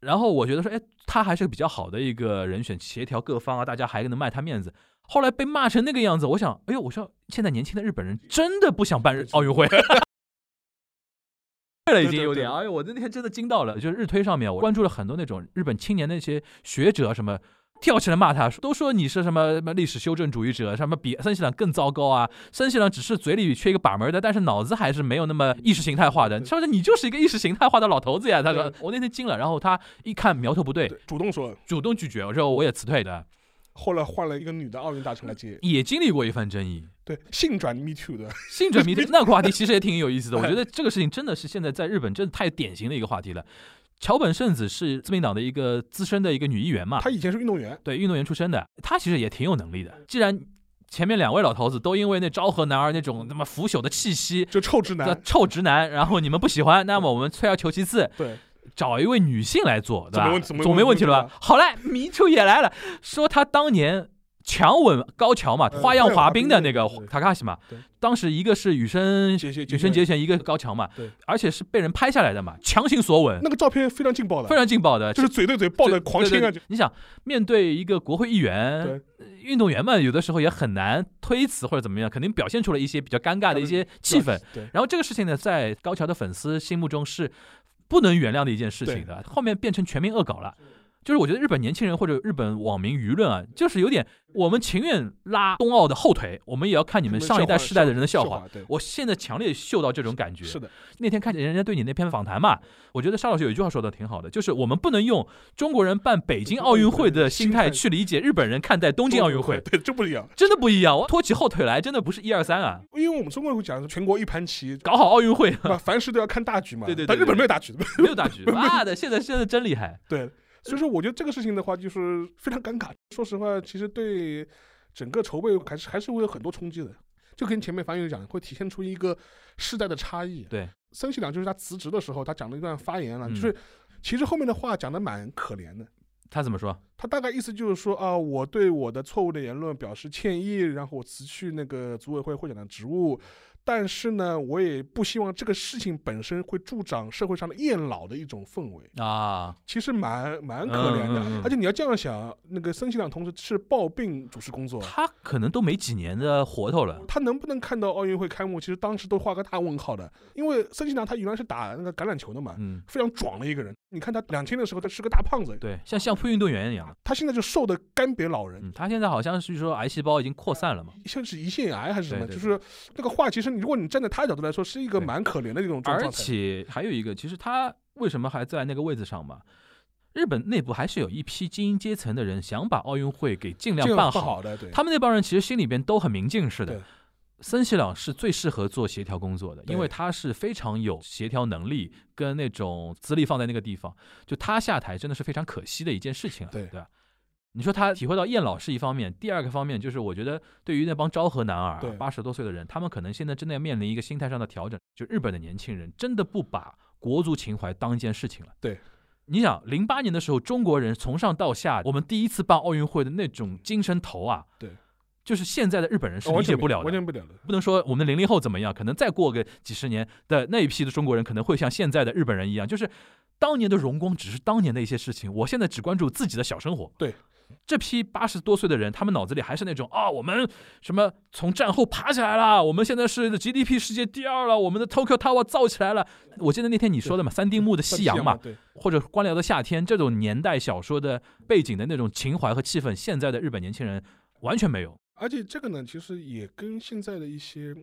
Speaker 3: 然后我觉得说，哎，他还是比较好的一个人选，协调各方啊，大家还能卖他面子。后来被骂成那个样子，我想，哎呦，我说现在年轻的日本人真的不想办日奥运会。 了已经有点，
Speaker 2: 对对
Speaker 3: 哎呦，我那天真的惊到了。就是日推上面，我关注了很多那种日本青年的一些学者啊什么。跳起来骂他，都说你是什么什么历史修正主义者，什么比森西朗更糟糕啊！森西朗只是嘴里缺一个把门的，但是脑子还是没有那么意识形态化的。
Speaker 2: 对
Speaker 3: 他说你就是一个意识形态化的老头子呀！他说
Speaker 2: 对
Speaker 3: 我那天惊了，然后他一看苗头不对，
Speaker 2: 对主动说，
Speaker 3: 主动拒绝，我说我也辞退的，
Speaker 2: 后来换了一个女的奥运大臣来接，
Speaker 3: 也经历过一番争议。
Speaker 2: 对，性转 Me Too 的，
Speaker 3: 性转迷那个话题其实也挺有意思的，我觉得这个事情真的是现在在日本真的太典型的一个话题了。桥本圣子是自民党的一个资深的一个女议员嘛，
Speaker 2: 她以前是运动员，
Speaker 3: 对运动员出身的，她其实也挺有能力的。既然前面两位老头子都因为那昭和男儿那种他妈腐朽的气息。
Speaker 2: 就臭直
Speaker 3: 的
Speaker 2: 男，
Speaker 3: 臭直男，然后你们不喜欢，那么我们退而求其次，
Speaker 2: 对，
Speaker 3: 找一位女性来做，对
Speaker 2: 总没
Speaker 3: 吧？
Speaker 2: 问总没
Speaker 3: 总没问题了
Speaker 2: 问
Speaker 3: 吧？好嘞，迷兔也来了，说他当年强吻高桥嘛，
Speaker 2: 嗯
Speaker 3: 花样滑冰的那个
Speaker 2: 花样滑冰
Speaker 3: 塔卡西嘛
Speaker 2: 对，
Speaker 3: 当时一个是羽生
Speaker 2: 杰杰
Speaker 3: 羽生结弦，一个高桥嘛
Speaker 2: 对，
Speaker 3: 而且是被人拍下来的嘛，强行索吻，
Speaker 2: 那个照片非常劲爆的
Speaker 3: 非，常劲爆的，
Speaker 2: 就是嘴对嘴抱着狂亲啊，就
Speaker 3: 对。你想面对一个国会议员
Speaker 2: 对、
Speaker 3: 运动员们，有的时候也很难推辞或者怎么样，肯定表现出了一些比较尴尬的一些气氛。，
Speaker 2: 对，
Speaker 3: 然后这个事情呢，在高桥的粉丝心目中是不能原谅的一件事情的，后面变成全民恶搞了。就是我觉得日本年轻人或者日本网民舆论啊，就是有点我们情愿拉冬奥的后腿，我们也要看你们上一代世代的人的笑
Speaker 2: 笑
Speaker 3: 话。，
Speaker 2: 对，
Speaker 3: 我现在强烈嗅到这种感觉。
Speaker 2: 是的，
Speaker 3: 那天看见人家对你那篇访谈嘛，我觉得沙老师有一句话说的挺好的，就是我们不能用中国人办北京奥运会的心态去理解日本人看待东京奥运会，
Speaker 2: 对，这不一样。
Speaker 3: 真的不一样。我拖起后腿来，真的不是一二三啊，
Speaker 2: 因为我们中国人会讲全国一盘 棋，
Speaker 3: 搞好奥运会
Speaker 2: 那凡事都要看大局嘛。
Speaker 3: 对对对
Speaker 2: 但日本没有大局，
Speaker 3: 没有大局，妈的，现在现在真厉害。
Speaker 2: 对。所以说，我觉得这个事情的话，就是非常尴尬。说实话，其实对整个筹备还是还是会有很多冲击的。就跟前面樊宇讲，会体现出一个世代的差异。
Speaker 3: 对，
Speaker 2: 森喜朗就是他辞职的时候，他讲了一段发言了，啊
Speaker 3: 嗯
Speaker 2: 就是其实后面的话讲的蛮可怜的。
Speaker 3: 他怎么说？
Speaker 2: 他大概意思就是说啊，我对我的错误的言论表示歉意，然后我辞去那个组委会会长的职务，但是呢，我也不希望这个事情本身会助长社会上的厌老的一种氛围，
Speaker 3: 啊，
Speaker 2: 其实蛮蛮可怜的。
Speaker 3: 嗯嗯嗯
Speaker 2: 而且你要这样想，那个森喜朗同志是抱病主持工作，
Speaker 3: 他可能都没几年的活头了。
Speaker 2: 他能不能看到奥运会开幕，其实当时都画个大问号的，因为森喜朗他原来是打那个橄榄球的嘛。
Speaker 3: 嗯，
Speaker 2: 非常壮的一个人，你看他两千的时候，他是个大胖子，
Speaker 3: 对，像相扑运动员一样。
Speaker 2: 他现在就瘦的干瘪老人，
Speaker 3: 嗯，他现在好像是说癌细胞已经扩散了嘛。
Speaker 2: 像是胰腺癌还是什么，
Speaker 3: 对
Speaker 2: 就
Speaker 3: 对
Speaker 2: 是那个话，其实你如果你站在他的角度来说，是一个
Speaker 3: 对
Speaker 2: 蛮可怜的这种状
Speaker 3: 而
Speaker 2: 况。
Speaker 3: 且还有一个，其实他为什么还在那个位子上嘛？日本内部还是有一批精英阶层的人想把奥运会给尽量
Speaker 2: 这样
Speaker 3: 办
Speaker 2: 不
Speaker 3: 好。
Speaker 2: 好的，对，
Speaker 3: 他们那帮人其实心里边都很明镜似的
Speaker 2: 对。
Speaker 3: 森喜朗是最适合做协调工作的，
Speaker 2: 对
Speaker 3: 因为他是非常有协调能力跟那种资历放在那个地方，就他下台真的是非常可惜的一件事情了，
Speaker 2: 对
Speaker 3: 对吧？你说他体会到厌老是一方面，第二个方面就是我觉得对于那帮昭和男儿
Speaker 2: 对
Speaker 3: 八十多岁的人，他们可能现在真的要面临一个心态上的调整，就日本的年轻人真的不把国足情怀当一件事情了。
Speaker 2: 对，
Speaker 3: 你想零八年的时候，中国人从上到下，我们第一次办奥运会的那种精神头啊，
Speaker 2: 对，
Speaker 3: 就是现在的日本人是
Speaker 2: 完
Speaker 3: 理
Speaker 2: 全
Speaker 3: 解不了的，
Speaker 2: 完全不了的。
Speaker 3: 不能说我们的零零后怎么样，可能再过个几十年的那一批的中国人，可能会像现在的日本人一样，就是当年的荣光只是当年的一些事情，我现在只关注自己的小生活。
Speaker 2: 对。
Speaker 3: 这批八十多岁的人，他们脑子里还是那种啊，我们什么从战后爬起来了，我们现在是 GDP 世界第二了，我们的 Tokyo Tower 造起来了。我记得那天你说的嘛，三丁目的夕阳嘛，
Speaker 2: 对，
Speaker 3: 或者官僚的夏天这种年代小说的背景的那种情怀和气氛，现在的日本年轻人完全没有。
Speaker 2: 而且这个呢，其实也跟现在的一些。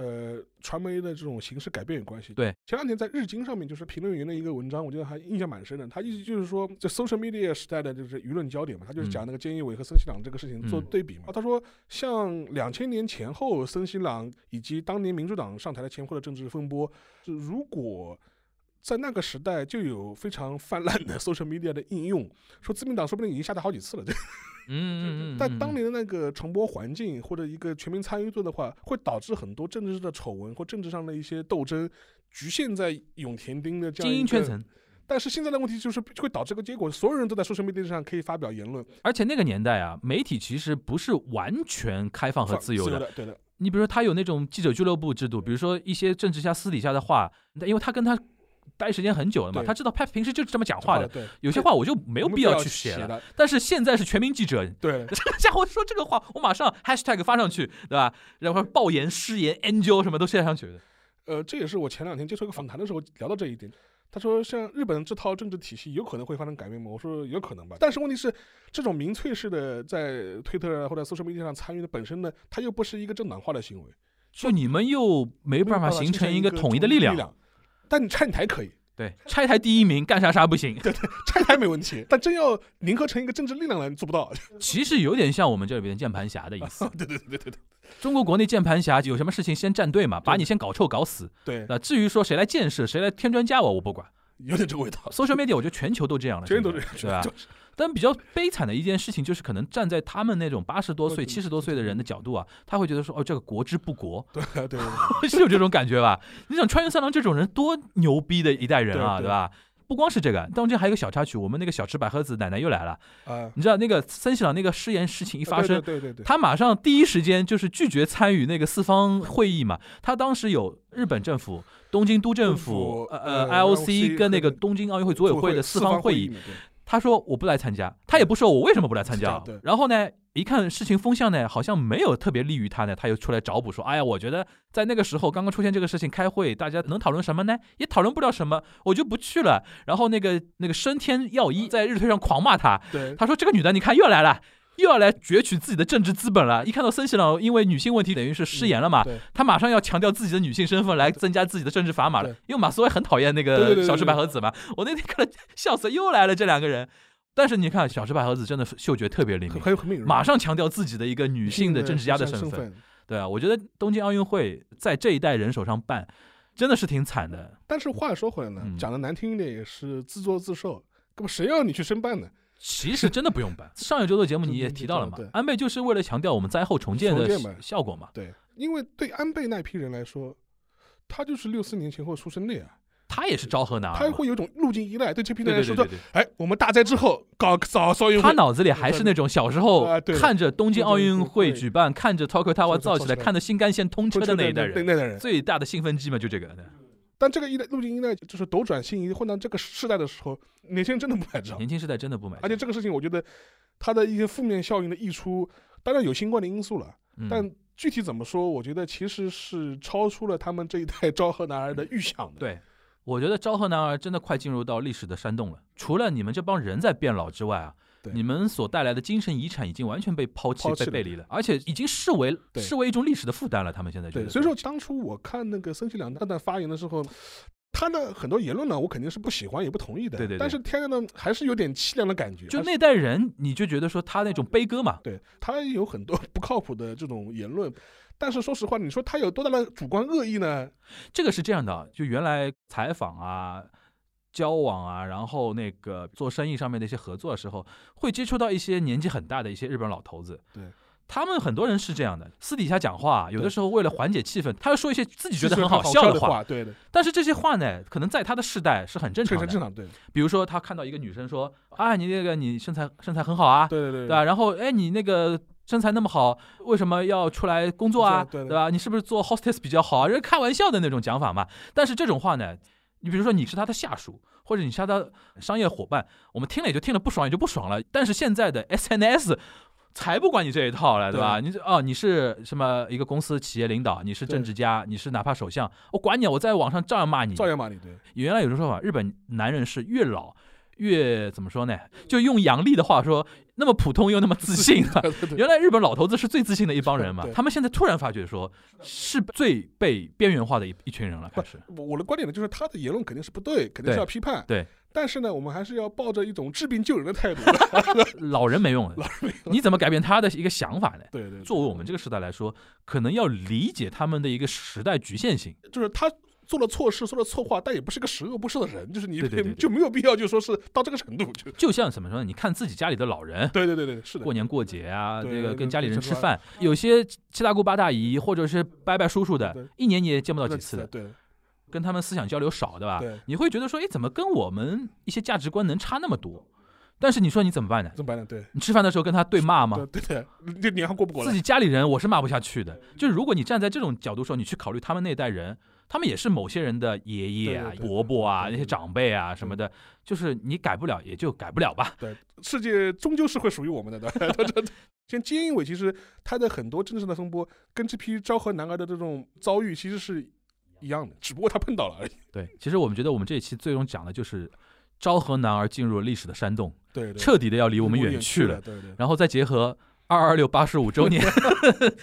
Speaker 2: 呃传媒的这种形式改变有关系。
Speaker 3: 对，
Speaker 2: 前两天在日经上面就是评论员的一个文章，我觉得还印象蛮深的。他意思就是说，这 social media 时代的就是舆论焦点嘛，他就是
Speaker 3: 嗯
Speaker 2: 讲那个菅义伟和森西朗这个事情做
Speaker 3: 嗯
Speaker 2: 对比嘛。他说，像两千年前后森西朗以及当年民主党上台的前后的政治风波，是如果在那个时代就有非常泛滥的 social media 的应用，说自民党说不定已经下台好几次了。
Speaker 3: 嗯嗯嗯，
Speaker 2: 但当
Speaker 3: 嗯
Speaker 2: 年的那个传播环境或者一个全民参与度的话，会导致很多政治的丑闻或政治上的一些斗争局限在永田町的这样
Speaker 3: 精
Speaker 2: 一
Speaker 3: 英圈
Speaker 2: 个。
Speaker 3: 层，
Speaker 2: 但是现在的问题就是会导致个结果，所有人都在 social media 上可以发表言论，
Speaker 3: 而且那个年代啊，媒体其实不是完全开哦放和
Speaker 2: 发
Speaker 3: 自由的。
Speaker 2: 的，对的，
Speaker 3: 你比如说，他有那种记者俱乐部制度，比如说一些政治家私底下的话，因为他跟他待时间很久了嘛，
Speaker 2: 对
Speaker 3: 他知道他平时就是这么讲话的，
Speaker 2: 对，
Speaker 3: 有些
Speaker 2: 对
Speaker 3: 话我就没
Speaker 2: 没
Speaker 3: 有必要
Speaker 2: 要
Speaker 3: 去
Speaker 2: 写
Speaker 3: 写了。，但是现在是全民记者，，
Speaker 2: 对
Speaker 3: 这个家伙说这个话，我马上 hashtag 发上去，对吧？然后爆言、失言、angel 什么都写上去的。
Speaker 2: 呃，这也是我前两天接受一个访谈的时候聊到这一点。他说，像日本这套政治体系有可能会发生改变吗？我说有可能吧，但是问题是，这种民粹式的在推特啊或者 social media 上参与的本身呢，它又不是一个正党化的行为，
Speaker 3: 就你们又没办法形成一个统一的力
Speaker 2: 力
Speaker 3: 量，
Speaker 2: 但你拆台可以，
Speaker 3: 对，拆台第一名干啥啥不行。
Speaker 2: 拆台没问题， 但真要凝合成一个政治力量来，你做不到。
Speaker 3: 其实有点像我们这里边键盘侠的意 思。
Speaker 2: 对对对对对对
Speaker 3: 中国国内键盘侠有什么事情先站队嘛，把你先搞臭搞死。
Speaker 2: 对，
Speaker 3: 那至于说谁来建设，谁来添砖加瓦，我不管。
Speaker 2: 有点这个味道，
Speaker 3: social media 我觉得全球都这样了，
Speaker 2: 绝对都
Speaker 3: 现
Speaker 2: 是
Speaker 3: 在对吧？但比较悲惨的一件事情就是，可能站在他们那种八十多岁、
Speaker 2: 对
Speaker 3: 七十多岁的人的角度啊，他会觉得说，哦，这个国之不国，
Speaker 2: 对对 对，
Speaker 3: 是有这种感觉吧？你想穿越三郎这种人多牛逼的一代人啊，
Speaker 2: 对对
Speaker 3: 对吧？不光是这个，当中还有一个小插曲，我们那个小池百合子奶奶又来了。
Speaker 2: 啊，
Speaker 3: 你知道那个森喜朗那个失言事情一发生，
Speaker 2: 对对对，
Speaker 3: 他马上第一时间就是拒绝参与那个四方会议嘛。他当时有日本政府、东京都政
Speaker 2: 政
Speaker 3: 府、
Speaker 2: 府
Speaker 3: 呃
Speaker 2: 呃
Speaker 3: IOC
Speaker 2: IOC
Speaker 3: 跟那个
Speaker 2: 和
Speaker 3: 东京奥运会组委会的
Speaker 2: 四
Speaker 3: 方
Speaker 2: 会
Speaker 3: 会议，
Speaker 2: 嘛，对
Speaker 3: 他说我不来参加，他也不说我为什么不来参加哦
Speaker 2: 对。
Speaker 3: 然后呢，一看事情风向呢，好像没有特别利于他呢，他又出来找补说，哎呀，我觉得在那个时候刚刚出现这个事情，开会大家能讨论什么呢？也讨论不了什么，我就不去了。然后那个那个升天耀一在日推上狂骂他，
Speaker 2: 对，
Speaker 3: 他说这个女的你看又来了。又要来攫取自己的政治资本了。一看到森喜朗因为女性问题等于是失言了嘛，
Speaker 2: 对
Speaker 3: 他啊马上要强调自己的女性身份来增加自己的政治砝码了
Speaker 2: 对。
Speaker 3: 因为马斯威很讨厌那
Speaker 2: 对对对
Speaker 3: 个
Speaker 2: 对
Speaker 3: 小池百合子嘛，我那天看了 笑死，又来了这两个人。但是你看，小池百合子真的嗅觉特别灵
Speaker 2: 很
Speaker 3: 敏，
Speaker 2: 很很敏锐，
Speaker 3: 马上强调自己的一个女
Speaker 2: 女
Speaker 3: 性的政治家的
Speaker 2: 身
Speaker 3: 身份。，对啊，我觉得东京奥运会在这一代人手上办，真的是挺 惨的。
Speaker 2: 但是话说回来呢，
Speaker 3: 嗯
Speaker 2: 讲的难听一点也是自作自受。根本谁要你去申办呢？
Speaker 3: 其实真的不用办。上一周的节目你也提到了嘛
Speaker 2: 对对，
Speaker 3: 安倍就是为了强调我们灾后重建的
Speaker 2: 重建嘛
Speaker 3: 效果嘛，
Speaker 2: 对，因为对安倍那批人来说，他就是六四年前后出生的呀，
Speaker 3: 他也是昭和男儿
Speaker 2: 他
Speaker 3: 嘛。
Speaker 2: 会有一种路径依赖。对这批
Speaker 3: 对
Speaker 2: 人来
Speaker 3: 对
Speaker 2: 说
Speaker 3: 对
Speaker 2: 说
Speaker 3: 啊对，对，
Speaker 2: 哎，我们大灾之后搞搞奥运
Speaker 3: 他
Speaker 2: 会，
Speaker 3: 脑子里还是那种小时候
Speaker 2: 啊对的
Speaker 3: 看着东京奥运会
Speaker 2: 对对对
Speaker 3: 举办，看着 Tokyo Tower
Speaker 2: 是的
Speaker 3: 造起来，
Speaker 2: 是的
Speaker 3: 看着新干线通车的那一
Speaker 2: 对
Speaker 3: 代人，
Speaker 2: 那代人。
Speaker 3: 最大的兴奋剂嘛，就这个。
Speaker 2: 但这个依赖路径依赖就是斗转星移，混到这个时代的时候，年轻人真的不买账。
Speaker 3: 年轻时代真的不买，
Speaker 2: 而且这个事情，我觉得它的一些负面效应的溢出，当然有新冠的因素了，
Speaker 3: 嗯
Speaker 2: 但具体怎么说，我觉得其实是超出了他们这一代 昭和男儿的预想的。
Speaker 3: 对，我觉得昭和男儿真的快进入到历史的山洞了。除了你们这帮人在变老之外啊，
Speaker 2: 对
Speaker 3: 你们所带来的精神遗产已经完全被抛弃、
Speaker 2: 抛弃
Speaker 3: 被
Speaker 2: 了
Speaker 3: 背离了，而且已经视为
Speaker 2: 对
Speaker 3: 视为一种历史的负担了。他们现在觉
Speaker 2: 对
Speaker 3: 得，
Speaker 2: 所以说当初我看那个森崎良蛋蛋发言的时候，他的很多言论呢，我肯定是不喜欢也不同意的。
Speaker 3: 对对对
Speaker 2: 但是天呢，还是有点凄凉的感觉。
Speaker 3: 就
Speaker 2: 还是
Speaker 3: 那代人，你就觉得说他那种悲歌嘛，
Speaker 2: 对他有很多 不靠谱的这种言论，但是说实话，你说他有多大的主观恶意呢？
Speaker 3: 这个是这样的啊，就原来采访啊、交往啊，然后那个做生意上面的一些合作的时候，会接触到一些年纪很大的一些日本老头子。
Speaker 2: 对。
Speaker 3: 他们很多人是这样的，私底下讲话啊，有的
Speaker 2: 对
Speaker 3: 时候为了缓解气氛，他要说一些自己觉得
Speaker 2: 是
Speaker 3: 很
Speaker 2: 好
Speaker 3: 笑
Speaker 2: 的
Speaker 3: 话，
Speaker 2: 话，对的，
Speaker 3: 但是这些话呢，可能在他的世代是很正
Speaker 2: 这
Speaker 3: 常
Speaker 2: 是
Speaker 3: 的。
Speaker 2: 正 常，对的，
Speaker 3: 比如说，他看到一个女生说：“啊，你那个你身材身材很好啊，
Speaker 2: 对对对
Speaker 3: 对吧？然后哎，你那个身材那么好，为什么要出来工作啊？
Speaker 2: 对对对
Speaker 3: 吧？你是不是做 hostess 比较好啊？人家开玩笑的那种讲法嘛。但是这种话呢，你比如说你是他的下属，或者你是他的商业伙伴，我们听了也就听了，不爽也就不爽了。但是现在的 SNS。才不管你这一套了，对吧？你这哦，你是什么一个公司企业领导，你是政治家，你是哪怕首相，我管你啊，我在网上照样骂你。
Speaker 2: 照样骂你，对，
Speaker 3: 原来有种说法，日本男人是越老越怎么说呢？就用杨笠的话说，那么普通又那么自信 啊。
Speaker 2: 对对对，
Speaker 3: 原来日本老头子是最自信的一帮人嘛
Speaker 2: 对，
Speaker 3: 他们现在突然发觉说，是最被边缘化的一一群人了，开 始。
Speaker 2: 我我的观点呢，就是他的言论肯定是不对，肯定是
Speaker 3: 对
Speaker 2: 要批判。
Speaker 3: 对，
Speaker 2: 但是呢，我们还是要抱着一种治病救人的 态度。
Speaker 3: 老人没用的，你怎么改变他的一个想法呢？
Speaker 2: 对对对，
Speaker 3: 作为我们这个时代来说，可能要理解他们的一个时代局限性。
Speaker 2: 就是他做了错事，说了错话，但也不是个十恶不赦的人，就是你
Speaker 3: 对对对对
Speaker 2: 就没有必要就说是到这个程度，就
Speaker 3: 就像怎么说呢？你看自己家里的老人，
Speaker 2: 对对对对，是的
Speaker 3: 过，年过节啊，
Speaker 2: 对
Speaker 3: 这个
Speaker 2: 对
Speaker 3: 跟
Speaker 2: 对
Speaker 3: 家里人
Speaker 2: 这
Speaker 3: 吃
Speaker 2: 是吧
Speaker 3: 饭，有些七大姑八大姨或者是伯伯叔叔
Speaker 2: 对
Speaker 3: 的，一年你也见不到
Speaker 2: 那
Speaker 3: 几次的，
Speaker 2: 对
Speaker 3: 跟他们思想交流少，对吧？
Speaker 2: 对，
Speaker 3: 你会觉得说，哎，怎么跟我们一些价值观能差那么多？但是你说你怎么办呢？
Speaker 2: 怎么办呢？对
Speaker 3: 你吃饭的时候跟他对骂吗
Speaker 2: 对？对对，这年还过不过
Speaker 3: 自
Speaker 2: 来？
Speaker 3: 己家里人我是骂不下去的。就是如果你站在这种角度说，你去考虑他们那代人，他们也是某些人的爷爷啊
Speaker 2: 对、对对
Speaker 3: 伯伯啊、
Speaker 2: 对对对
Speaker 3: 那
Speaker 2: 嗯
Speaker 3: 些长辈啊什么的，就是你改不了，也就改不了吧。
Speaker 2: 世界终究是会属于我们的，对吧 对对。像菅义伟，其实他的很多政治上的风波，跟这批昭和男儿的这种遭遇其实是一样的，只不过他碰到了而已。
Speaker 3: 对，其实我们觉得我们这一期最终讲的就是昭和男儿进入了历史的山洞，
Speaker 2: 对对，
Speaker 3: 彻底的要离我们远
Speaker 2: 远
Speaker 3: 去了
Speaker 2: 了，。对对。
Speaker 3: 然后再结合二二六八十五 周年，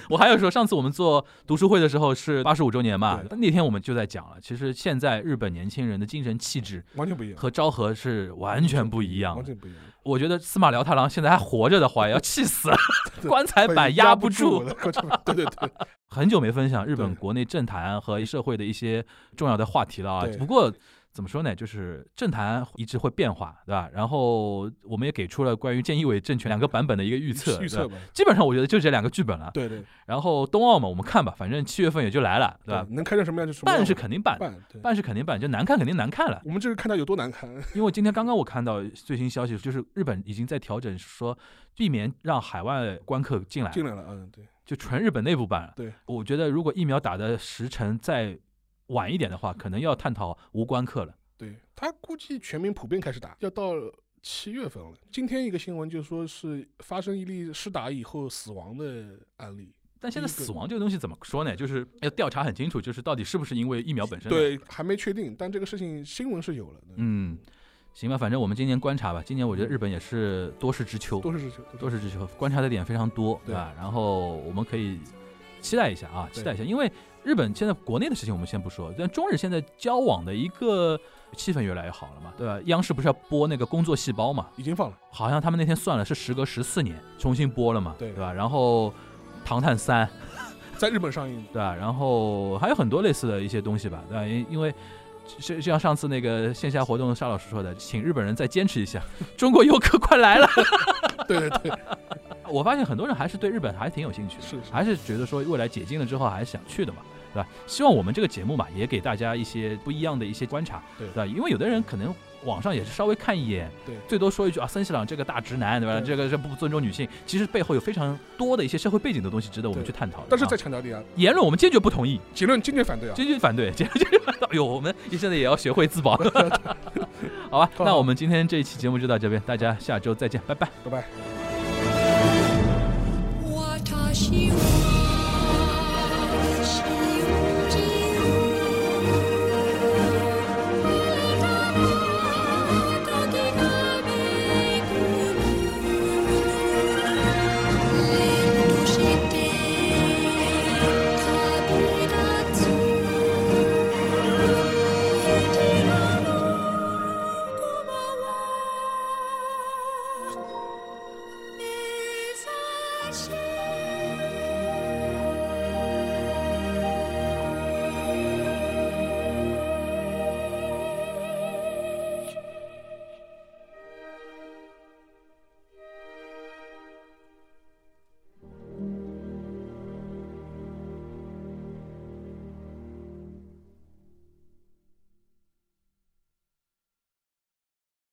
Speaker 3: 我还要说，上次我们做读书会的时候是八十五周年嘛，
Speaker 2: 对
Speaker 3: 那天我们就在讲了，其实现在日本年轻人的精神气质
Speaker 2: 完全不一样，
Speaker 3: 和昭和是完全不一样
Speaker 2: 完
Speaker 3: 的。
Speaker 2: 全不一样，
Speaker 3: 我觉得司马辽太郎现在还活着的话，也要气 死了，棺材板
Speaker 2: 压
Speaker 3: 哎压不
Speaker 2: 住
Speaker 3: 住。
Speaker 2: 了，对对对，
Speaker 3: 很久没分享日本
Speaker 2: 对
Speaker 3: 国内政坛和社会的一些重要的话题了啊
Speaker 2: 对。
Speaker 3: 不过怎么说呢，就是政坛一直会变化，对吧？然后我们也给出了关于菅义伟政权两个版本的一个 预测，
Speaker 2: 预
Speaker 3: 对吧
Speaker 2: 测吧，
Speaker 3: 基本上我觉得就这两个剧本了。
Speaker 2: 对对
Speaker 3: 然后冬奥嘛，我们看吧，反正七月份也就来了，对吧？
Speaker 2: 能开成什么样就什么样
Speaker 3: 办
Speaker 2: 吧，
Speaker 3: 是肯定办，
Speaker 2: 办对。
Speaker 3: 办是肯哎定办，就难看肯定难看了。
Speaker 2: 我们就是看他有多难看，
Speaker 3: 因为今天刚刚我看到最新消息，就是日本已经在调整，说避免让海外观客进来，
Speaker 2: 进来了，嗯，对，
Speaker 3: 就纯日本内部办了。
Speaker 2: 对，
Speaker 3: 我觉得如果疫苗打的时辰再晚一点的话，可能要探讨无观客了。
Speaker 2: 对他估计全民普遍开始打，要到七月份了。今天一个新闻就说是发生一例施打以后死亡的案例，
Speaker 3: 但现在
Speaker 2: 第一个
Speaker 3: 死亡这个东西怎么说呢？就是要调查很清楚，就是到底是不是因为疫苗本身。，
Speaker 2: 对，还没确定，但这个事情新闻是有了的，
Speaker 3: 嗯，行吧，反正我们今年观察吧。今年我觉得日本也是多事之秋，
Speaker 2: 都是这些，
Speaker 3: 都
Speaker 2: 是
Speaker 3: 是这些观察的点非常多，
Speaker 2: 对
Speaker 3: 对吧？然后我们可以期待一下啊，
Speaker 2: 对
Speaker 3: 期待一下，因为日本现在国内的事情我们先不说，但中日现在交往的一个气氛越来越好了嘛，对吧？央视不是要播那个《工作细胞》嘛？
Speaker 2: 已经放了，
Speaker 3: 好像他们那天算了是时隔十四年重新播了嘛，
Speaker 2: 对
Speaker 3: 吧？然后《唐探三》，
Speaker 2: 在日本上映，
Speaker 3: 对吧？然后还有很多类似的一些东西吧，对吧？因因为。就就像上次那个线下活动，沙老师说的，请日本人再坚持一下， 中国游客快来了。
Speaker 2: 对对对，
Speaker 3: 我发现很多人还是对日本还挺有兴趣的，
Speaker 2: 是是
Speaker 3: 还是觉得说未来解禁了之后还是想去的嘛，对吧？希望我们这个节目嘛，也给大家一些不一样的一些观察，
Speaker 2: 对
Speaker 3: 吧？因为有的人可能网上也是稍微看一眼，
Speaker 2: 对
Speaker 3: 最多说一句啊，森西朗这个大直男，对吧？
Speaker 2: 对
Speaker 3: 这个是不尊重女性，其实背后有非常多的一些社会背景的东西值得我们
Speaker 2: 对
Speaker 3: 去探讨的啊。
Speaker 2: 但是再强调一点啊，
Speaker 3: 言论我们坚决不同意，
Speaker 2: 结论坚决反对啊，
Speaker 3: 坚决反对，坚决 反对。哎呦，我们现在也要学会自保，好 吧？那我们今天这一期节目就到这边，大家下周再见，拜拜。
Speaker 2: 拜拜。
Speaker 4: 私は信じるあなたときらめく凛として旅立つこちらの駒は目指して